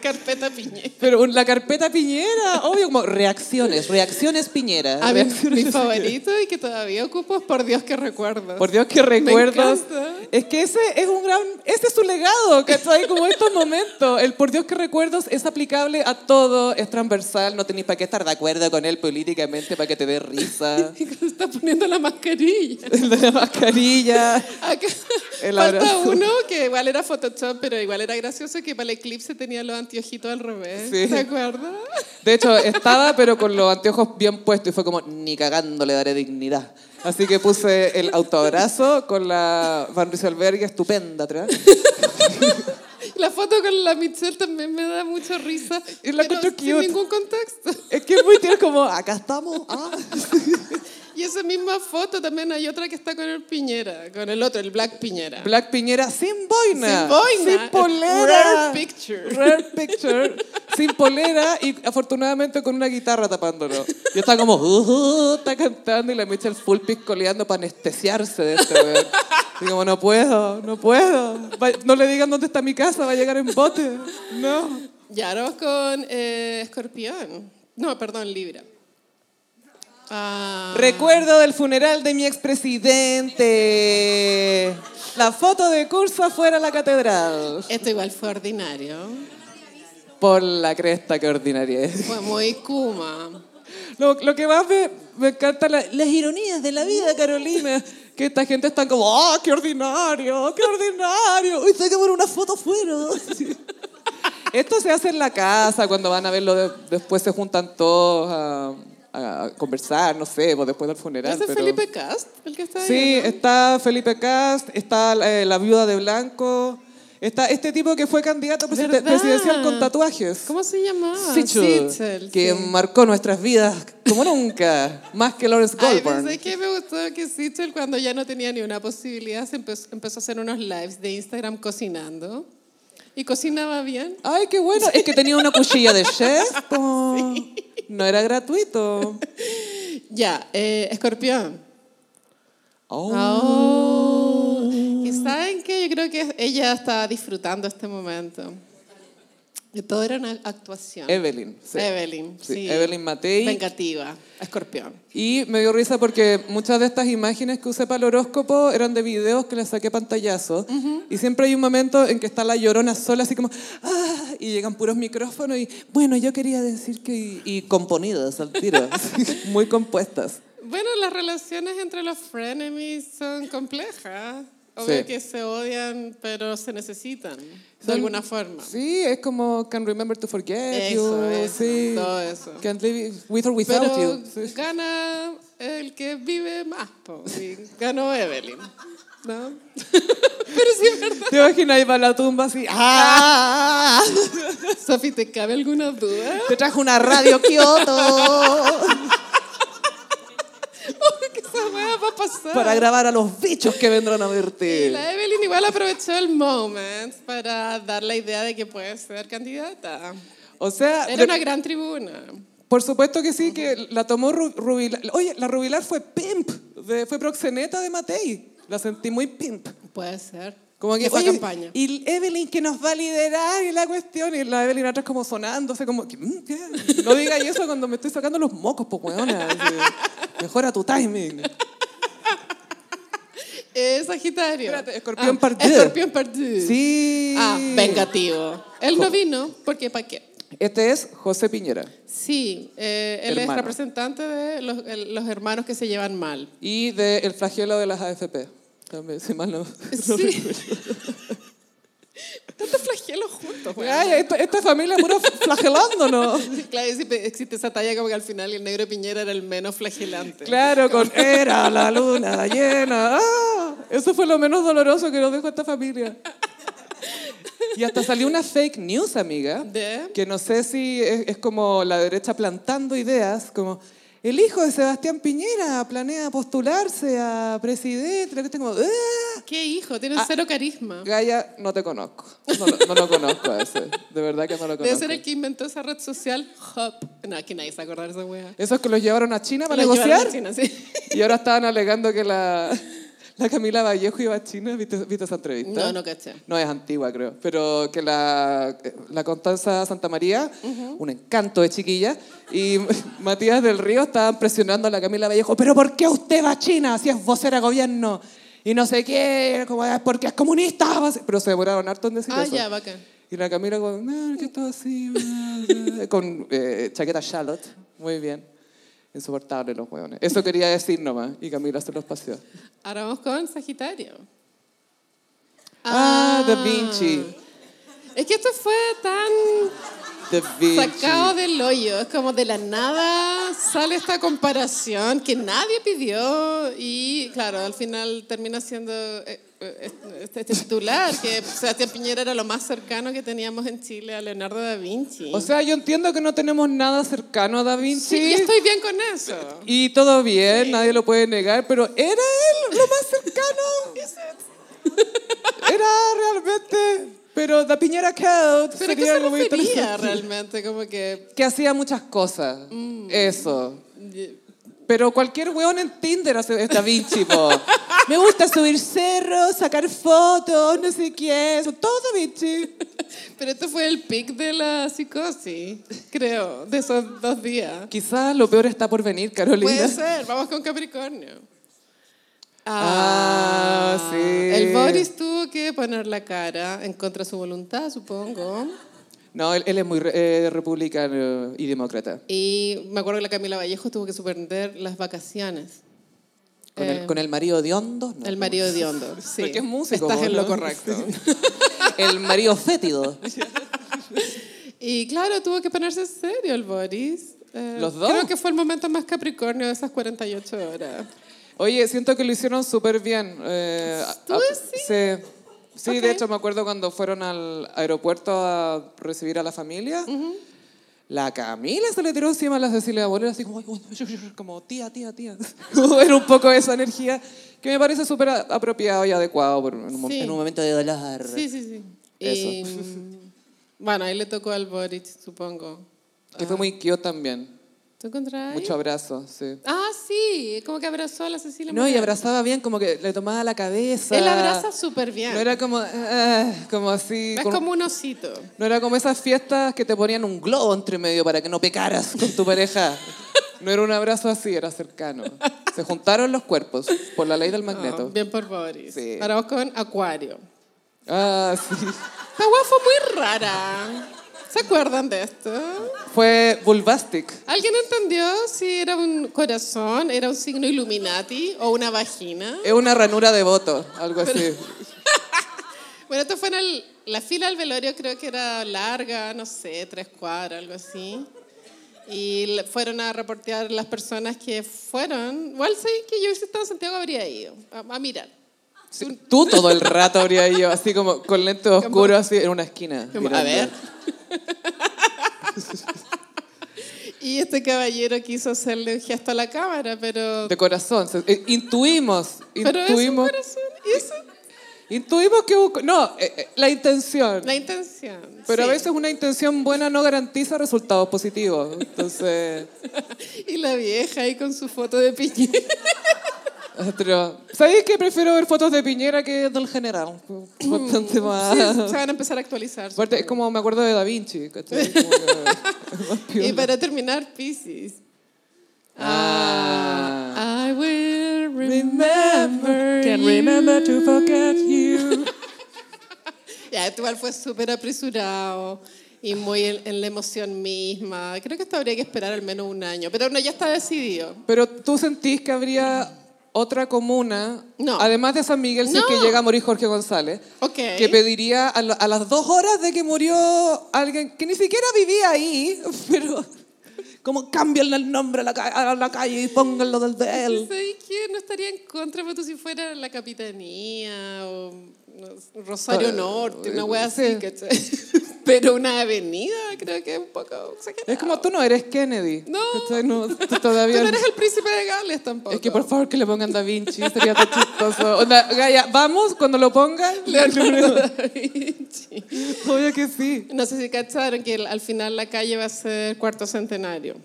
Carpeta Piñera. Pero un- la carpeta Piñera, obvio, como reacciones, reacciones Piñera. A mí, reacciones- mi favorito y que todavía ocupo es Por Dios que recuerdo. [LAUGHS] Por Dios, que recuerdos. encanta. Es que ese es un gran... Ese es su legado, ¿cachai? Como estos momentos. El por Dios, que recuerdos es aplicable a todo, es transversal, no tenéis para qué estar de acuerdo con él políticamente para que te dé [LAUGHS] risa. [LAUGHS] Se está poniendo la mascarilla. El de la mascarilla. Acá [LAUGHS] El falta abrazo. uno que igual era Photoshop, pero igual era gracioso que para el eclipse tenía los anteojitos al revés. Sí. ¿Te acuerdas? De hecho, estaba, pero con los anteojos bien puestos y fue como, ni cagando le daré dignidad. Así que puse el autoabrazo con la Van Rieselberg estupenda atrás. [LAUGHS] La foto con la Michelle también me da mucha risa. Y la pero encuentro sin cute. ningún contexto. Es que es muy tierno, como, acá estamos. ah. Y esa misma foto también hay otra que está con el Piñera, con el otro, el Black Piñera. Black Piñera sin boina. Sin boina. Sin polera. Rare picture. Rare picture. Sin polera y afortunadamente con una guitarra tapándolo. Yo estaba como, "Uh, uh", está cantando y la Michelle full piscoleando para anestesiarse de esto, weón. Y como, no puedo, no puedo. Va- no le digan dónde está mi casa, va a llegar en bote. No. Y ahora vamos con eh, Escorpión. No, perdón, Libra. Ah, Recuerdo del funeral de mi expresidente. La foto de curso afuera de la catedral. esto igual fue ordinario. Por la cresta que ordinaria es. Fue muy Kuma. Lo, lo que más me, me encanta la- las ironías de la vida, Carolina. Que esta gente está como, ¡ah, qué ordinario! ¡Qué ordinario! ¡Uy, tengo que poner una foto afuera! [LAUGHS] Sí. Esto se hace en la casa, cuando van a verlo, de- después se juntan todos a, a- a conversar, no sé, pues después del funeral. ¿Ese es pero- Felipe Cast el que está ahí? Sí, no? está Felipe Cast, está eh, la viuda de Blanco, está este tipo que fue candidato a presiden- ¿Verdad? presidencial con tatuajes. ¿Cómo se llamaba? Sichel, Sichel, que Ah, sí. marcó nuestras vidas como nunca, más que Lawrence [LAUGHS] Ay, Goldburn. pensé que me gustó que Sichel cuando ya no tenía ni una posibilidad se empe- empezó, a hacer unos lives de Instagram cocinando y cocinaba bien. Ay, qué bueno. Es que tenía una cuchilla [LAUGHS] de chef. po. No era gratuito. Ya, eh, Escorpión. Oh. Oh. ¿Y saben qué? Yo creo que ella estaba disfrutando este momento. Que todo era una actuación. Evelyn. sí. Evelyn, Sí, sí. Evelyn Matei. Vengativa, Escorpión. Y me dio risa porque muchas de estas imágenes que usé para el horóscopo eran de videos que le saqué pantallazo. Y siempre hay un momento en que está la llorona sola, así como, ¡ah! Y llegan puros micrófonos y, bueno, yo quería decir que. Y, y componidas al tiro. [LAUGHS] Muy compuestas. Bueno, las relaciones entre los frenemies son complejas. Obvio Sí. que se odian, pero se necesitan de Son- alguna forma. Sí, es como Can Remember to Forget You. Eso, eso, sí. todo eso. Can't live with or without Pero you. Sí. gana el que vive más, po, y ganó Evelyn. ¿No? [LAUGHS] pero sí es verdad. ¿Te imaginas? Iba a la tumba así. ¡Ah! Sofi, ¿te cabe alguna duda? [LAUGHS] Te trajo una radio Kioto. Esa wea va a pasar. [LAUGHS] para grabar a los bichos que vendrán a Y verte. la Evelyn igual aprovechó el moment para dar la idea de que puede ser candidata. O sea, Era de- una gran tribuna. por supuesto que sí, que la tomó Ru- Rubilar. Oye, la Rubilar fue pimp, de- fue proxeneta de Matei. La sentí muy pimp. Puede ser. Como que, fue oye, campaña. Y Evelyn que nos va a liderar y la cuestión. Y la Evelyn atrás como sonándose, como, que, mm, ¿qué? No digas eso cuando me estoy sacando los mocos, po, weona. Así, Mejora tu timing. Eh, Sagitario. Espérate, escorpión Ah, perdido. Escorpión perdido. Sí. Ah, vengativo. Él no vino porque ¿para qué? Este es José Piñera. Sí, eh, él es Hermano. representante de los, el- los hermanos que se [LAUGHS] llevan mal. Y de El flagelo de las AFP. También, si mal no. Sí. [LAUGHS] Tantos flagelos juntos, güey. Ay, esta, esta familia es puro flagelándonos. Claro, y siempre existe esa talla como que al final el negro Piñera era el menos flagelante. Claro, [LAUGHS] con era la luna llena. [LAUGHS] ¡Ah! Eso fue lo menos doloroso que nos dejó esta familia. Y hasta salió una fake news, amiga, ¿De? que no sé si es, es como la derecha plantando ideas, como el hijo de Sebastián Piñera planea postularse a presidente, lo que tengo, ¡ah! ¿Qué hijo? Tiene cero carisma. Gaya, no te conozco, no, lo- no lo conozco a ese, de verdad que no lo Debe conozco. ser el que inventó esa red social, Hop. No, que nadie se acuerda de esa wea. Esos que los llevaron a China para Lo llevaron negociar. a China, sí. Y ahora estaban alegando que la, la Camila Vallejo iba a China. ¿Viste, viste esa entrevista? No, no caché. No, es antigua, creo. Pero que la, la Constanza Santa María, un encanto de chiquilla, y [LAUGHS] Matías del Río estaban presionando a la Camila Vallejo. ¿Pero por qué usted va a China si es vocera de gobierno? Y no sé qué, como, "Es porque es comunista. Pero se demoraron harto en decir Ah, eso. ya, bacán. Y la Camila con, no, que todo así, bla, bla", con eh, chaqueta Charlotte, muy bien. Insoportable los hueones. Eso quería decir nomás, y Camila se los paseó. Ahora vamos con Sagitario. Ah, Da Vinci. Es que esto fue tan Da Vinci. sacado del hoyo, es como de la nada sale esta comparación que nadie pidió y claro, al final termina siendo eh, eh, este, este titular, que Sebastián Piñera era lo más cercano que teníamos en Chile a Leonardo da Vinci. O sea, yo entiendo que no tenemos nada cercano a Da Vinci. sí, y estoy bien con eso. Y todo bien, nadie lo puede negar, pero ¿era él lo más cercano? Era realmente... Pero Da Piñera Code Pero ¿a qué sería se algo muy refería interesante. realmente? Como que... Que hacía muchas cosas. Mm. Eso. Pero cualquier weón en Tinder hace Da Vinci, po. Me gusta subir cerros, sacar fotos, no sé qué. Eso, todo Da Vinci. Pero esto fue el pic de la psicosis, creo, de esos dos días. Quizás lo peor está por venir, Carolina. Puede ser, vamos con Capricornio. Ah, sí. El Boris tuvo que poner la cara en contra de su voluntad, supongo. No, él, él es muy re- eh, republicano y demócrata. Y me acuerdo que la Camila Vallejo tuvo que suspender las vacaciones. Con, Eh. el, con el marido de Hondo. no. El marido [LAUGHS] de Hondo. Sí. Porque es músico, Estás en ¿no? lo correcto. [LAUGHS] El marido fétido. Y claro, tuvo que ponerse en serio el Boris. Eh, Los dos. Creo que fue el momento más Capricornio de esas 48 horas. Oye, siento que lo hicieron súper bien. Eh, ¿Tú a- a- decís? Sí, Sí, Ok. de hecho me acuerdo cuando fueron al aeropuerto a recibir a la familia. La Camila se le tiró encima a la Cecilia Bolera, así como, "Ay, uy, uy, uy", como tía, tía, tía. [LAUGHS] Era un poco esa energía que me parece súper a- apropiado y adecuado por- en, un, mo- Sí. en un momento de dolor. Sí, sí, sí. Eso. Y, mm, [LAUGHS] bueno, ahí le tocó al Boric, supongo. Que fue muy cute también. ¿Tú encontrás? Mucho abrazo, sí. Ah, sí, como que abrazó a la Cecilia. No, y Morel. abrazaba bien, como que le tomaba la cabeza. Él abraza súper bien. No era como, "Ah", como así. es con- como un osito. No era como esas fiestas que te ponían un globo entre medio para que no pecaras con tu pareja. No era un abrazo así, era cercano. Se juntaron los cuerpos por la ley del Ah, magneto. bien por Boris. Sí. Ahora vamos con Acuario. Ah, sí. Esta guapa fue muy rara. ¿Se acuerdan de esto? Fue Bulbastic. ¿Alguien entendió si era un corazón, era un signo Illuminati o una vagina? Es una ranura de voto, algo así. Bueno, esto fue en el- la fila del velorio, creo que era larga, no sé, tres cuadras, algo así. Y le- fueron a reportear las personas que fueron. Igual sí que yo hubiese estado en Santiago, habría ido a, a mirar. Sí, Tú todo el rato habría ido así como con lentes oscuros así en una esquina. Como, a mirando. ver. Y [LAUGHS] Y este caballero quiso hacerle un gesto a la cámara, pero. De corazón. se- eh, intuimos. Pero es un Intuimos. corazón. y eso, Intuimos que hubo. co- No, eh, eh, la intención. la intención. Pero sí. a veces una intención buena no garantiza resultados positivos. Entonces. [LAUGHS] Y la vieja ahí con su foto de piñera. Otro. ¿Sabéis que prefiero ver fotos de Piñera que del [CLEARS THROAT] general? Bastante más. Sí, se van a empezar a actualizar. Aparte, es como me acuerdo de Da Vinci. ¿cachai? Como que- [LAUGHS] más Y piola. para terminar, Pisces. Ah. I will remember. Remember, can remember to you. forget you. Ya, tú igual fue súper apresurado y muy en, en la emoción misma. Creo que esto habría que esperar al menos un año. Pero no, ya está decidido. Pero tú sentís que habría otra comuna, No. además de San Miguel, si es que No. llega a morir Jorge González, Ok. que pediría a, la- a las dos horas de que murió alguien que ni siquiera vivía ahí, [LAUGHS] pero como cámbienle el nombre a la, ca- a la calle y pónganlo del de él. ¿Sabes qué? No estaría en contra, pero si fuera la capitanía o no sé, Ah, eh, Rosario Norte, una wea así, sí. ¿cachai? [LAUGHS] Pero una avenida creo que es un poco exagerado. Es como tú no eres Kennedy. No. ¿cachai? [LAUGHS] No, tú Tú todavía no no. eres el príncipe de Gales tampoco. Es que [LAUGHS] por favor que le pongan Da Vinci, sería tan chistoso. Onda, Gaia, vamos cuando lo pongan. Leonardo da Vinci. [LAUGHS] Obvio que sí. No sé si cacharon que el- al final la calle va a ser cuarto centenario.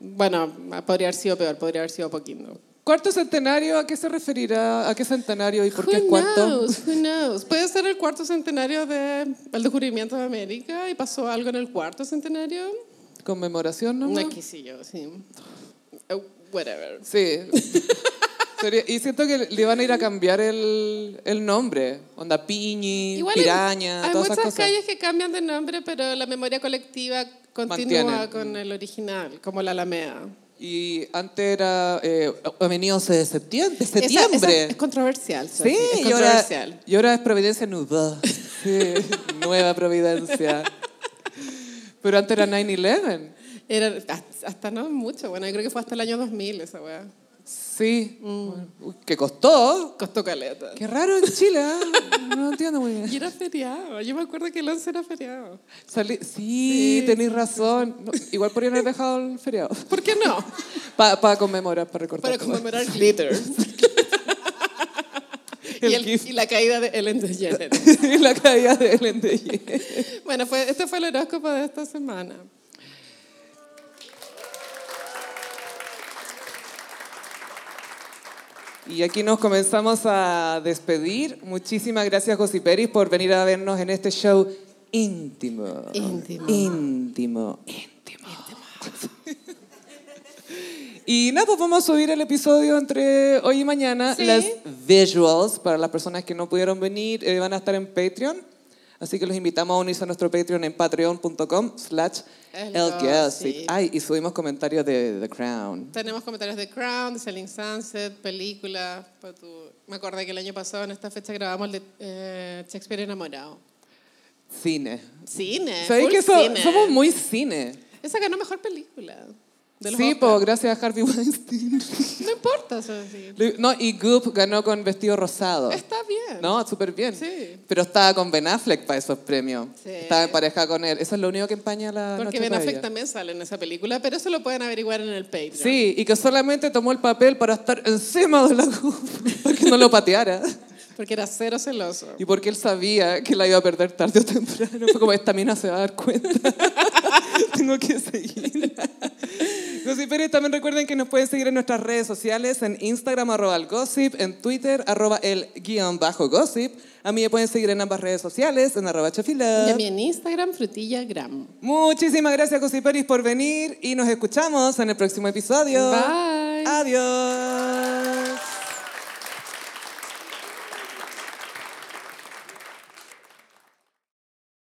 Bueno, podría haber sido peor, podría haber sido poquito. Cuarto centenario, ¿a qué se referirá? ¿A qué centenario y por qué es cuarto? knows? Who knows? Puede ser el cuarto centenario del descubrimiento de América y pasó algo en el cuarto centenario. Conmemoración, ¿no? No, qué sé yo, sí. Eh, Whatever. Sí. Sería- y siento que le van a ir a cambiar el, el nombre. Onda Piñi, Igual hay- Piraña, hay, todas muchas esas cosas. calles que cambian de nombre, pero la memoria colectiva continúa Mantiene. mm. con el original, como la Alameda. Y antes era eh, Avenida 11 de septiembre. de Esa- esa septiembre. es controversial. Sophie, sí, es y ahora, controversial. y ahora es Providencia Nueva. [LAUGHS] Sí, nueva Providencia. Pero antes era 9-11. Era hasta, hasta no mucho, bueno, yo creo que fue hasta el año 2000 esa weá. Sí. Mm. Uy, Que costó. Costó caleta. Qué raro en Chile, ¿eh? No entiendo muy [LAUGHS] bien. Y era feriado, yo me acuerdo que el 11 era feriado. Salí- Sí, tenéis razón. No, igual podrían haber dejado el feriado. ¿Por qué [LAUGHS] no? Para conmemorar, para recordar. Para todo. conmemorar glitter. [LAUGHS] y, El el- GIF. y la caída de Ellen [LAUGHS] DeGeneres. la caída de Ellen DeGeneres. [LAUGHS] Bueno, fue, este fue el horóscopo de esta semana. Y aquí nos comenzamos a despedir. Muchísimas gracias, Josiperis, por venir a vernos en este show íntimo. Íntimo. Íntimo. Íntimo. Y nada, pues vamos a subir el episodio entre hoy y mañana. Sí. Las visuals, para las personas que no pudieron venir, eh, van a estar en Patreon. Así que los invitamos a unirse a nuestro Patreon en patreon.com slash El elgossip. Gossip. Ay, y subimos comentarios de The Crown. Tenemos comentarios de Crown, de Selling Sunset, películas. pa' tu- Me acordé que el año pasado en esta fecha grabamos el de eh, Shakespeare enamorado. Cine. Cine. ¿Sabéis full que so- cine. somos muy cine? Esa ganó mejor película. de los Sí, Oscars. po, gracias a Harvey [LAUGHS] Weinstein. No importa, eso sí. Le- No, y Goop ganó con vestido rosado. Está bien. No, súper bien. Este. Sí. Pero estaba con Ben Affleck para esos premios. Sí. Estaba en pareja con él. Eso es lo único que empaña la Porque noche Ben para Affleck ella. también sale en esa película, pero eso lo pueden averiguar en el Patreon. Sí, y que solamente tomó el papel para estar encima de la Goop, [LAUGHS] para que no lo pateara. Porque era cero celoso. Y porque él sabía que la iba a perder tarde o temprano. Fue como, esta mina se va a dar cuenta. Tengo que seguir. Gossip Pérez, también recuerden que nos pueden seguir en nuestras redes sociales, en Instagram, arroba el gossip, en Twitter, arroba el guión bajo gossip. A mí me pueden seguir en ambas redes sociales, en arroba Y chafila. a mí en Instagram, frutillagram. Muchísimas gracias, Gossip Pérez, por venir y nos escuchamos en el próximo episodio. Bye. Adiós.